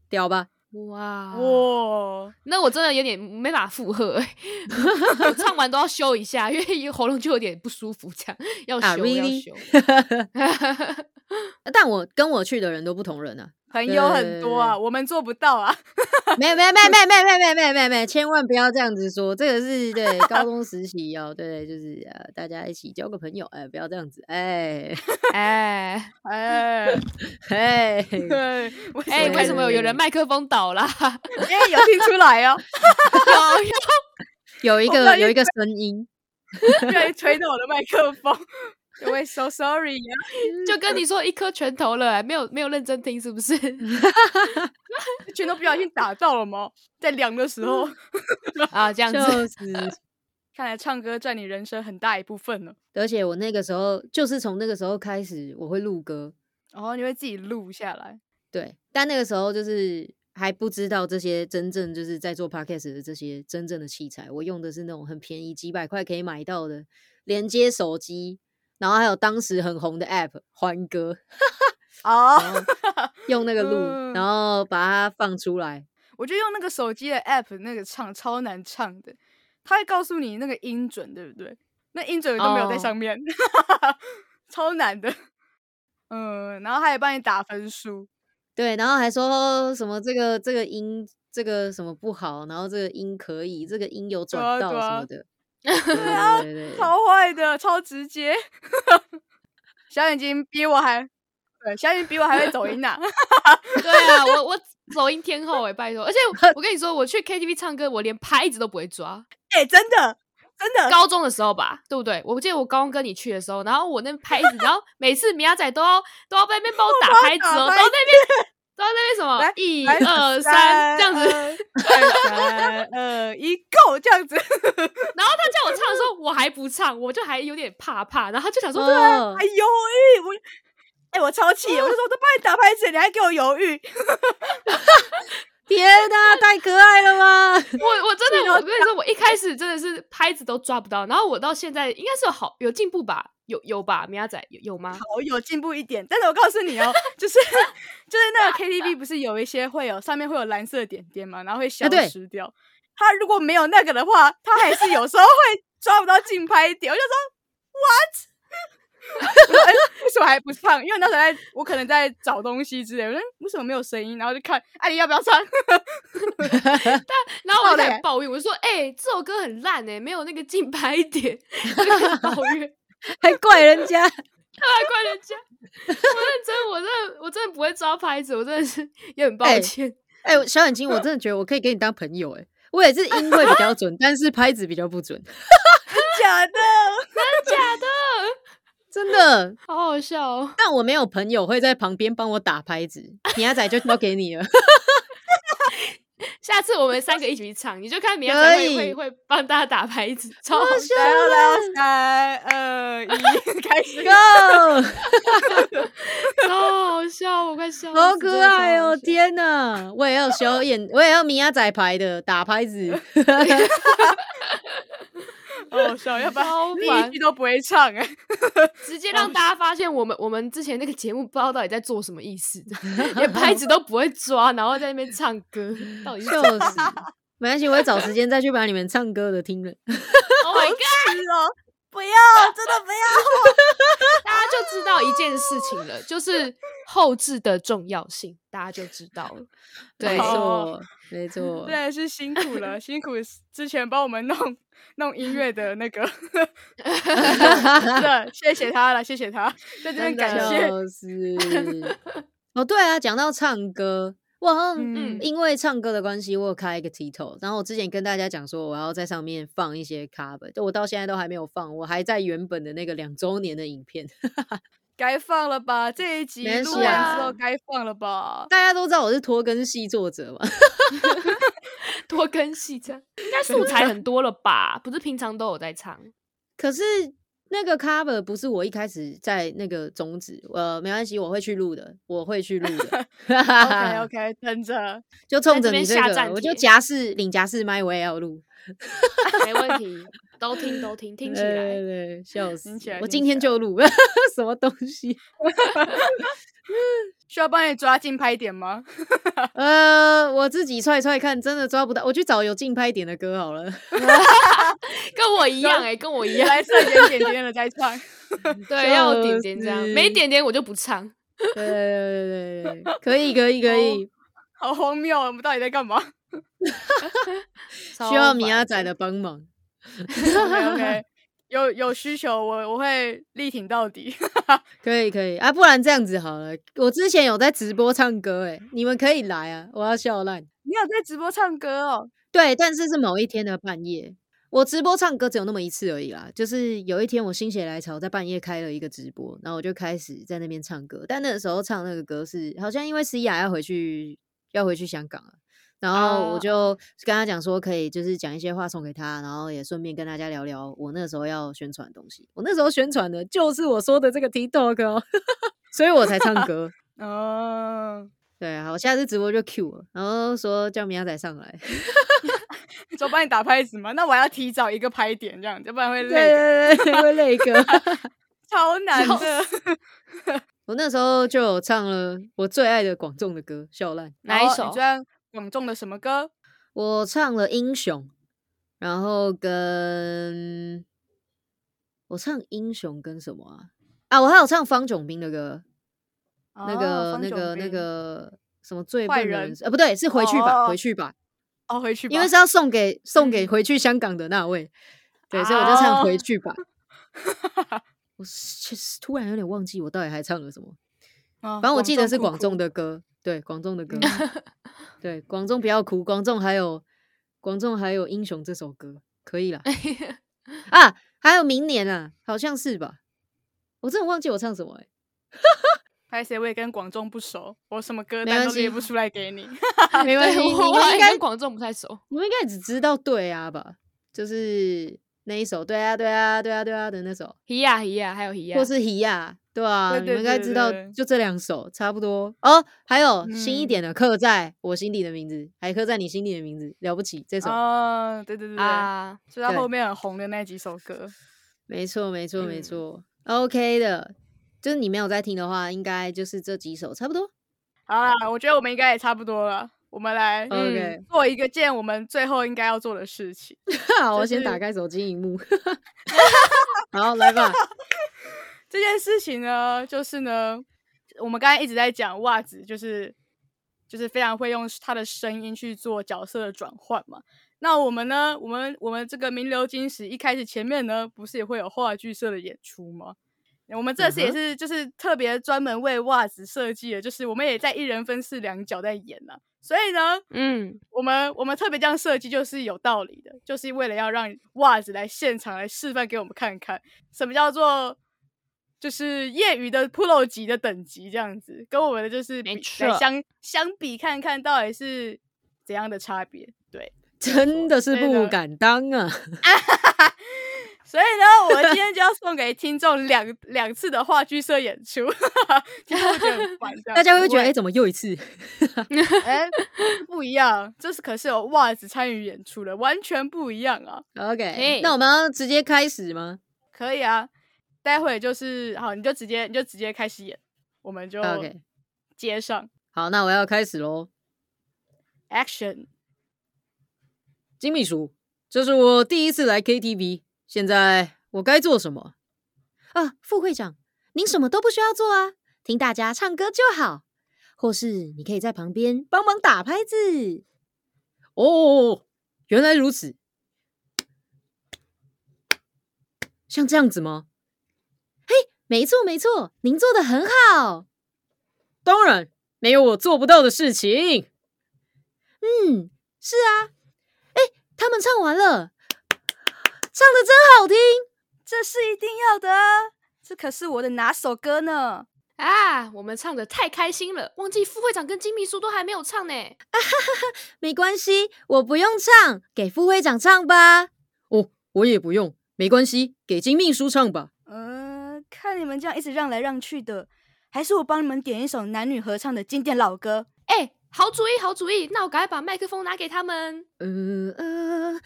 屌 吧？
哇
啊
哇，
那我真的有点没法负荷、欸， 我唱完都要休一下，因为喉咙就有点不舒服，这样要休、
啊，really？
要休。
但我跟我去的人都不同人啊，
朋友很多啊，
对
我们做不到啊。
没有没有没有没有没有没有没有没有没有，千万不要这样子说，这个是对高中时期哦，对，就是呃大家一起交个朋友，哎、不要这样子，哎、
哎
哎，
哎、
对，我
哎、
对
为什么有有人麦克风倒啦？
哎有听出来哦，
有有
有一
我不知道
个有
因
一个声音，
居然吹到我的麦克风， 就会 so sorry 啊。
就跟你说一颗拳头了，没有没有认真听是不 是？
全都不小心打到了吗？在量的时候，
啊，这样子
笑死！
看来唱歌占你人生很大一部分了。
而且我那个时候就是从那个时候开始，我会录歌，
然后你会自己录下来，
对，但那个时候就是还不知道这些真正就是在做 podcast 的这些真正的器材，我用的是那种很便宜几百块可以买到的连接手机，然后还有当时很红的 app 欢歌，
哦，
用那个录，
嗯
然后把它放出来。
我就用那个手机的 app 那个唱超难唱的，它会告诉你那个音准对不对？那音准都没有在
哦
上面， 超难的。嗯，然后它也帮你打分数，
对，然后还说什么这个这个音这个什么不好，然后这个音可以，这个音有
对啊
转
对
到什么
啊
的，对对对 对
超坏的，超直接。 小眼睛比我还，对，小眼睛比我还会走音呐、
对啊，我我走音天后哎、拜托！而且我跟你说，我去 KTV 唱歌，我连拍子都不会抓。
哎、真的，真 的，
高中的时候吧，对不对？我记得我高中跟你去的时候，然后我那拍子，然后每次米亚仔都要都要在那边帮我打拍子哦，
打
然
拍
后那边都要在那边什么
来
一
来
二三这样子， 嗯
二三二一，Go 这样子，
然后他叫我唱的时候，我还不唱，我就还有点怕怕，然后他就想 说，
哦
哎呦喂、我，哎、我超气，我就说我都帮你打拍子，你还给我犹豫，
天哪，太可爱了吧！
我我真的，我跟你说，我一开始真的是拍子都抓不到，然后我到现在应该是有好有进步吧，有有吧，米亚仔有有吗？
好有进步一点。但是我告诉你哦，就是就是那个 KTV 不是有一些会有上面会有蓝色点点嘛，然
啊
后会消
对
失掉。他如果没有那个的话，他还是有时候会抓不到竞拍点。我就说 what？我说哎为什么还不唱？因为那时候在，我可能在找东西之类。我说为什么没有声音？然后就看，哎、你要不要唱？
然后
好
我就
嘞
开始抱怨，我就说，哎、这首歌很烂哎、没有那个竞拍点， 我就开始抱怨。
还怪人家，
太怪人家！我认真，我真的我真的不会抓拍子，我真的是也很抱
哎
歉。
哎、小眼睛，我真的觉得我可以跟你当朋友哎、我也是 音会比较准，但是拍子比较不准，
假的，
真的。
好好笑哦！
但我没有朋友会在旁边帮我打拍子，米亚仔就交给 你了。
下次我们三个一起去唱，你就看明天
可
会
以
会会帮大家打 拍子， 超好笑。
来哦来哦，三二一， 开始。
Go，
超好笑，我快笑死！
好可爱哦！
真的
天哪，我也要小眼，我也要米亚仔牌的打拍子。
哦，笑，要不然
超
第一
烦
句都不会唱哎、
超好笑，直接让大家发现我们我们之前那个节目不知道到底在做什么意思，连 拍子都不会抓，然后在那边唱歌，到底是
就
怎么
是， 没关系，我会找时间再去把你们唱歌的 听了。
？Oh my god！
是哦，不要，真的不要。
大家就知道一件事情了，就是后置的重要性，大家就知道了。对
没，错，没错
真。的是辛苦了，辛苦之前帮我们弄 弄音乐的那 个，真的谢谢他了，谢谢他，在这边
真的
感谢。
就是， 哦，对啊，讲到唱歌，我好像
嗯，
因为唱歌的关系，我有开一个 Tito，然后我之前跟大家讲说，我要在上面放一些 cover，就我到现在都还没有放，我还在原本的那个两周年的影片。
该放了吧，这一集
没
录
事
完
啊
之后该放了 吧。
大家都知道我是拖更系作者嘛，
多更新这样，应该素材很多了吧？不是平常都有在唱，
可是那个 cover 不是我一开始在那个宗旨，呃，没关系，我会去录的，我会去录 的。
OK OK，等着，
就冲着你这
在这边下
个，
站
我就
帖
夹式领夹式麦，我也要录。
没问题，都听都听，听起
对
来
对对，笑死
起来！
我
听
今
起
天
来
就录， 什么东 西？
需要帮你抓竞拍点吗？
呃，我自己踹踹看，真的抓不到，我去找有竞拍点的歌好了。
跟我一样哎、跟我 一样，
来这点点点了再唱。
对，要有点点这样，没
是
点点我就不唱。
对对对对对对，可以可以可以，
好荒谬啊，我们到底在干嘛
需要米亚仔 的帮忙。
？OK OK，有有需求我我会力挺到底。
可以可以啊，不然这样子好了，我之前有在直播唱歌，诶，你们可以来啊，我要笑烂。
你有在直播唱歌哦？
对，但是是某一天的半夜。我直播唱歌只有那么一次而已啦，就是有一天我心血来潮，在半夜开了一个直播，然后我就开始在那边唱歌。但那个时候唱那个歌是好像因为思雅要回去要回去香港了，然后我
哦
就跟他讲说可以就是讲一些话送给他，然后也顺便跟大家聊聊我那时候要宣传的东西。我那时候宣传的就是我说的这个 TikTok 哦， 所以我才唱歌。
嗯
哦，
对啊，我下次直播就 Q 了，然后说叫明亚仔上来。
就帮你打拍子嘛。那我还要提早一个拍点，这样，要不然会累的，
对对对，会累歌。
超难的。
我那时候就有唱了我最爱的广仲的歌《笑烂》，
哪一
然后
首
你最爱广众的什么歌？
我唱了《英雄》，然后跟我唱《英雄》跟什么啊？啊，我还有唱方炯斌的歌，那
哦
个
方
那
炯
个那
斌
个什么最
坏
笨的
人
人生，呃，不对，是回去吧，
哦哦哦
回去吧，
哦，回去吧，嗯
因为是要送给送给回去香港的那位，对，所以我就唱《回
哦
去 吧》我是确实突然有点忘记我到底还唱了什么，
哦，反
反正我记得是广
众
仲的歌，对，广仲 的歌，对，广仲不要哭，广仲还有广仲还有英雄这首歌，可 以啦啊，还有明年啊，好像是吧？我真的忘记我唱什么哎、
拍谁我也跟广众不熟，我什么歌
没
单
关
都列
系
不出来给你。
欸，没关系，
对
你
我
们
我
应
也
该
跟广众不太熟。
你们应该只知道对啊吧？就是那一首对啊对啊对啊对啊的那首，
咿呀咿呀，还有咿呀，
或是皮亚，对啊，
对
你
对
们应该
对
知道
对，
就这两首差不多哦。还有新一
嗯
点的刻在我心底的名字，还刻在你心底的名字，了不起这首。
哦，对对对对，
啊，
就他
对
后面很红的那几首歌。
没错，没错，没
嗯
错。OK 的，就是你没有在听的话，应该就是这几首差不多。
好啦，我觉得我们应该也差不多了，我们来
OK，、
做一个件我们最后应该要做的事情，
哈，我
就
先打
是
开手机 荧幕。好，来吧。
这件事情呢，就是呢，我们刚才一直在讲袜子，就是就是非常会用他的声音去做角色的转换嘛。那我们呢，我们我们这个名流金石一开始前面呢，不是也会有话剧社的演出吗？我们这次也
嗯哼
是就是特别专门为袜子设计的，就是我们也在一人分饰两角在演呐、所以呢，
嗯，
我们我们特别这样设计就是有道理的，就是为了要让袜子来现场来示范给我们看看，什么叫做就是业余的 pro 级的等级这样子，跟我们的就是比
没
来
错
相相比看看到底是怎样的差别。对，
真的是
所以呢
不敢当啊！
所以呢，我们今天就要送给听众两两次的话剧社演出， 听众会觉得很烦，这样
大家会觉得，哎、
不
怎么又一次？
哎、不一样，这是可是有袜子参与演出的，完全不一样啊。
OK，
嘿
那我们要直接开始吗
可以啊，待会就是好，你就直接你就直接开始演，我们就
？OK，
接上
好，那我要开始喽。
action。
金秘书，这是我第一次来 KTV，现在我该做什么？啊，副会长，您什么都不需要做啊，听大家唱歌就好，或是你可以在旁边帮忙打拍子。哦，原来如此，像这样子吗？嘿，没错没错，您做的很好。当然，没有我做不到的事情。嗯，是啊，他们唱完了，唱的真好听。
这是一定要的啊，这可是我的拿手歌呢。
啊，我们唱的太开心了，忘记副会长跟金秘书都还没有唱呢。
没关系，我不用唱，给副会长唱吧。哦，我也不用，没关系，给金秘书唱吧。
嗯、看你们这样一直让来让去的，还是我帮你们点一首男女合唱的经典老歌。
哎、好主意，好主意，那我赶快把麦克风拿给他们。
呃呃，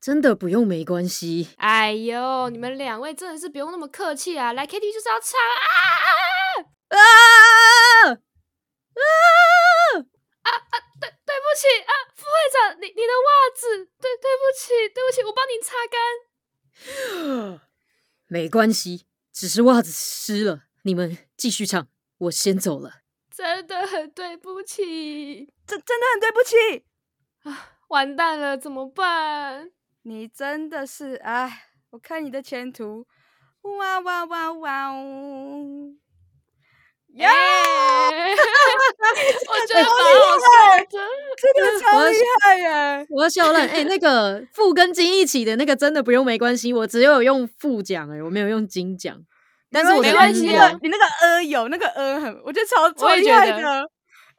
真的不用，没关系。
哎呦，你们两位真的是不用那么客气啊，来 KTV 就是要唱啊！
啊！
对，对不起啊，副会长，你你的袜子，对对不起，对不起，我帮你擦干。
没关系，只是袜子湿了。你们继续唱，我先走了。
真的很对不起，
真真的很对不起，
完蛋了，怎么办？
你真的是哎，我看你的前途，哇哇哇哇哦！
耶、我觉得蛮好笑的。
真的超厉害耶！
我要 笑烂。哎、那个副跟金一起的那个真的不用没关系，我只有用副奖哎、我没有用金奖。但是我的
没关系
嗯
你
没关
那
系
个你那个呃有那个呃很，我觉得超超
我也
厉
觉得
害的。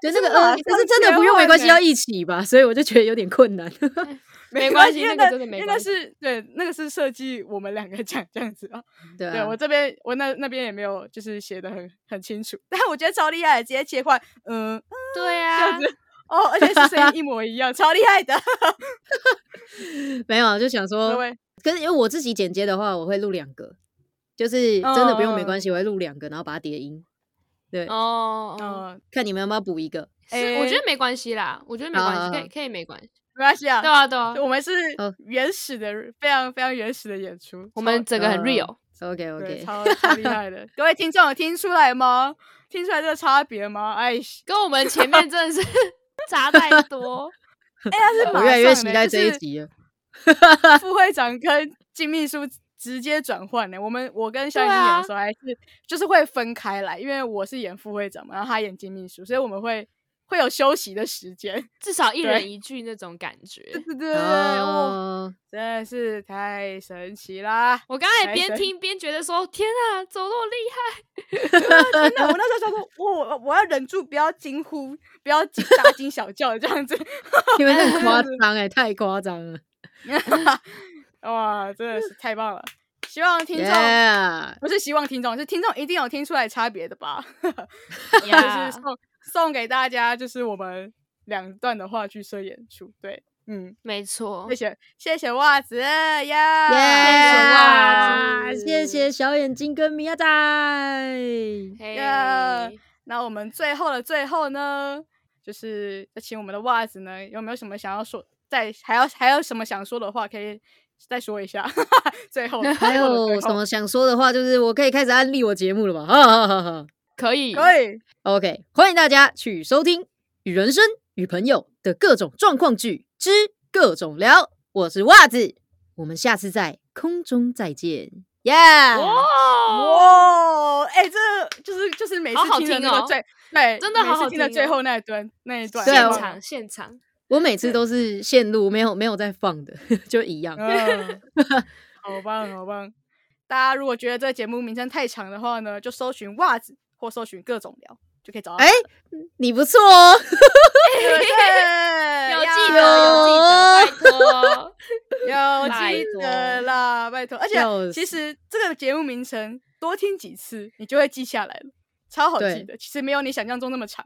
对那个
真的
呃，
啊
可是真的不用没关系，要一起吧，所以我就觉得有点困难。
没关系
因为
那个真的没
因为那
关
是对，那个是设计我们两个讲这样子啊。
对
对
啊，
我这边我那那边也没有就是写的很很清楚，但我觉得超厉害的，直接切换，嗯、
对
这
呀、
样子哦，而且是声 音一模一样，超厉害的。
哦
没有啊就想说
各，位，
可是因为我自己剪接的话，我会录两个，就是真的不用没
嗯
关系，我会录两个，然后把它叠音。对，
哦，
嗯、
哦
看你们要不要补一个。
是我觉
哦诶嗯
得没关系啦，我觉得没关系，可
啊
以可以没关系。
没关系啊
对，啊对啊，
我们是
哦
原始的，非常非常原始的演出，
我们
超
整个很
呃
real。
OK
对
OK，
超超厉害的。 各位听众有听出来吗？听出来这个差别吗？哎，
跟我们前面真的是 差太 多。
哎，他是
我
马
越来越
上
期
嘞
待
欸就
这一
是
集了。
副会长跟金秘书直接转换呢。我们我跟肖雨欣演
啊
的时候还是、就是会分开来，因为我是演副会长嘛，然后他演金秘书，所以我们会会有休息的时间。
至少一
对
人一句那种感觉
对。对对，哦、
哦，
真的是太神奇 啦！
我刚才
来
也边
神
听边觉得说：“天啊，走那么厉害
真的，我那时候想说，我我要忍住，不要惊呼，不要惊大惊小叫这样子。
你们很夸张哎，太夸张了。
哇，真的是太棒了！希望听众啊
Yeah，
不是希望听众，是听众一定有听出来差别的吧？就是
呀
送送给大家，就是我们两段的话剧社演出。对，嗯，！”
没错
谢，谢谢谢袜子耶，耶
袜子
谢谢小眼睛跟米 亚仔。
嘿
呀那我们最后的最后呢，就是要请我们的袜子呢，有没有什么想要说，再还有还有什么想说的话，可以再说一下。 最后，
还
最后的最
有
后
什么想说的话，就是我可以开始安利我节目了吧？哈哈哈哈。
可以，
可以？
OK，欢迎大家去收听《与人生与朋友的各种状况剧之各种聊》，我是袜子，我们下次在空中再见，耶、
哇，
哇，哎、这就是就是每次
哦好好
听的
听
那个
哦
最、对，
真的好
每
好
次听的
听
最
哦
后那一段那一段
对
现
我
场现场，
我每次都是线路没有没有在放的， 就一样。
嗯，好棒，好棒！大家如果觉得这个节目名称太长的话呢，就搜寻袜子或搜寻各种聊，就可以找到。
哎、你不错哦，
对，
有记得
呀
有记得，拜托，
有
拜
记
托
得啦，拜托！而且
笑
其
死
实这个节目名称多听几次，你就会记下来了，超好记
对
的。其实没有你想象中那么长，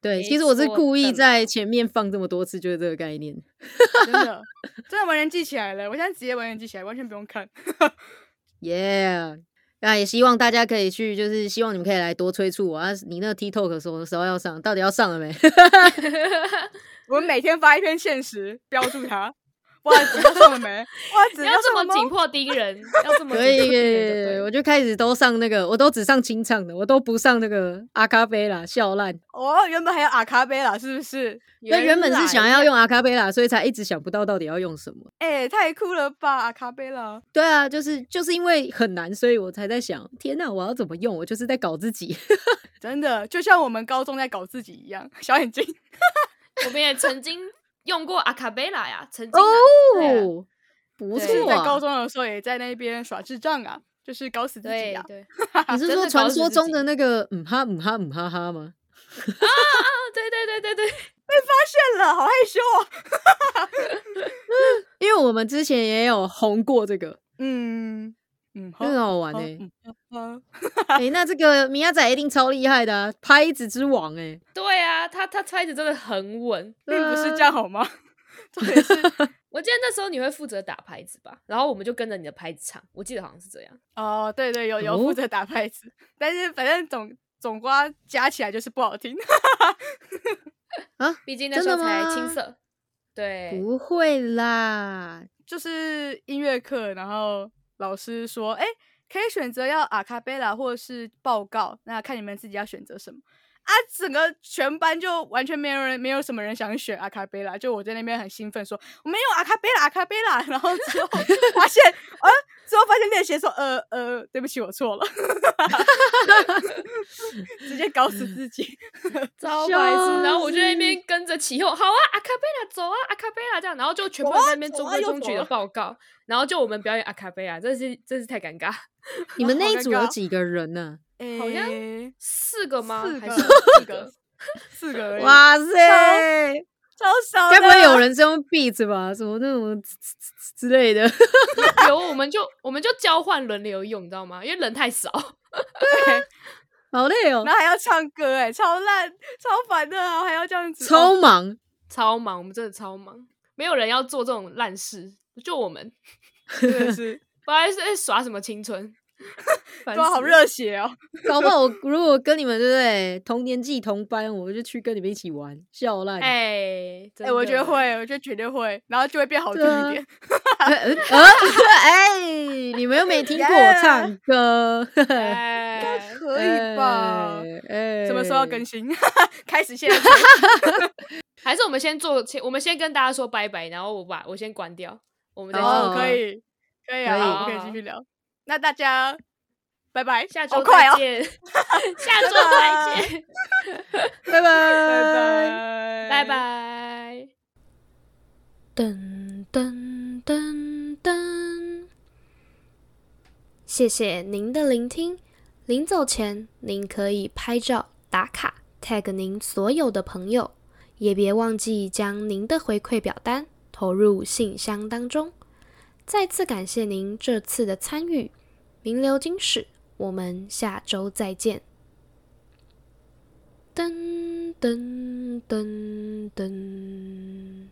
对，
没
其实我是
错
故意
的
在前面放这么多次，就是这个概念。
真的，真的完全记起来了。我现在直接完全记起来，完全不用看。
耶！那也希望大家可以去，就是希望你们可以来多催促我啊！你那个 TikTok 什么时候要上？到底要上了没？
我们每天发一篇现实，标注它。袜子要送了没？袜子
不要这
送了吗？
么紧迫盯人，要这么紧迫
可以
盯
可以，
人
可以
就对
我
了，
就开始都上那个，我都只上清唱的，我都不上那个阿卡贝拉，笑烂。
哦，原本还有阿卡贝拉，是不是？
那原本是想要
来
用阿卡贝拉，所以才一直想不到到底要用什么。
哎、太酷了吧，阿卡贝拉！
对啊，就是就是因为很难，所以我才在想，天哪，我要怎么用？我就是在搞自己。
真的，就像我们高中在搞自己一样，小眼睛。
我们也曾经用过阿卡贝拉呀，曾经啊对啊
哦， 不
就是
错
在高
啊！
中的时候也在那边耍智障啊，就是搞死自己
对
啊。
对哦
你是
真的
说
搞
传
死
说
自
中
己
的那个嗯哈嗯哈嗯哈哈吗？
啊，对对对对对，
骗了，好害羞哦。
因为我们之前也有红过这个，
嗯嗯，好
很好玩
好
哎、
嗯好
哎、那这个米亚仔一定超厉害的、啊，拍子之王哎、
对啊，他他拍子真的很稳。
并不是这
样。
样好吗？ 重点 是
我记得那时候你会负责打拍子吧，然后我们就跟着你的拍子唱，我记得好像是这样。
哦，对对，有有
哦
负责打拍子，但是反正总总瓜加起来就是不好听。
啊，
毕竟那时候
真的
才
吗
青涩，对，
不会啦，
就是音乐课，然后老师说，哎、可以选择要阿卡贝拉或是报告，那看你们自己要选择什么。啊，整个全班就完全没有人，没有什么人想选阿卡贝拉，就我在那边很兴奋说我没有阿卡贝拉，阿卡贝拉，然后 之后发现，呃，之后发现练习说，呃呃，对不起，我错了，直接搞死自 己。
超白痴。然后我就在那边跟着起哄，好啊，阿卡贝拉，走啊，阿卡贝拉，这样，然后就全部人在那边
走
中
啊
规
又
中
走
矩的
啊
报告，然后就我们表演阿卡贝拉，真是真是太尴尬。
你们
好
那一
尴
组有
尬
几个人呢、
好像
诶
四个吗？
四
还
个
是
四个？四个而已，
哇塞，
超少的，
该不会有人是用 beat 吧？什么那种之之之之类的？
有，我们就我们就交换轮流用，你知道吗？因为人太少，
好累哦
然，后还要唱歌、哎，超烂，超烦的、啊，还要这样子，
超
哦
忙。
超忙，我们真的超忙，没有人要做这种烂事，就我们，
真的是，
不然是在哎耍什么青春，
对
烦
啊，好
死
热血哦，
搞不好我 如果跟你们对不对同年纪同班，我就去跟你们一起玩，笑烂。
哎、
哎、
真
我觉得
的
会，我觉得绝对会，然后就会变好听
对啊
一点。
呃呃 哎，你们又 没听过我唱歌，
哎，
可以吧？
哎？ 哎
什么时候要更？新？ 开始现在
还是我们先做，先我们先跟大家说拜拜，然后我把我先关掉，我们再继续
哦，
聊
可，以，可以啊，
可以
好我们可以继续聊。那大家拜拜，
下
好
周
快
再
哦，
见，下周再见，
拜
拜
拜。
拜，
拜。拜。
噔噔噔噔。谢谢您的聆听。临走前，您可以拍照打卡，tag 您所有的朋友，也别忘记将您的回馈表单投入信箱当中。再次感谢您这次的参与，名流金史，我们下周再见。噔噔噔噔。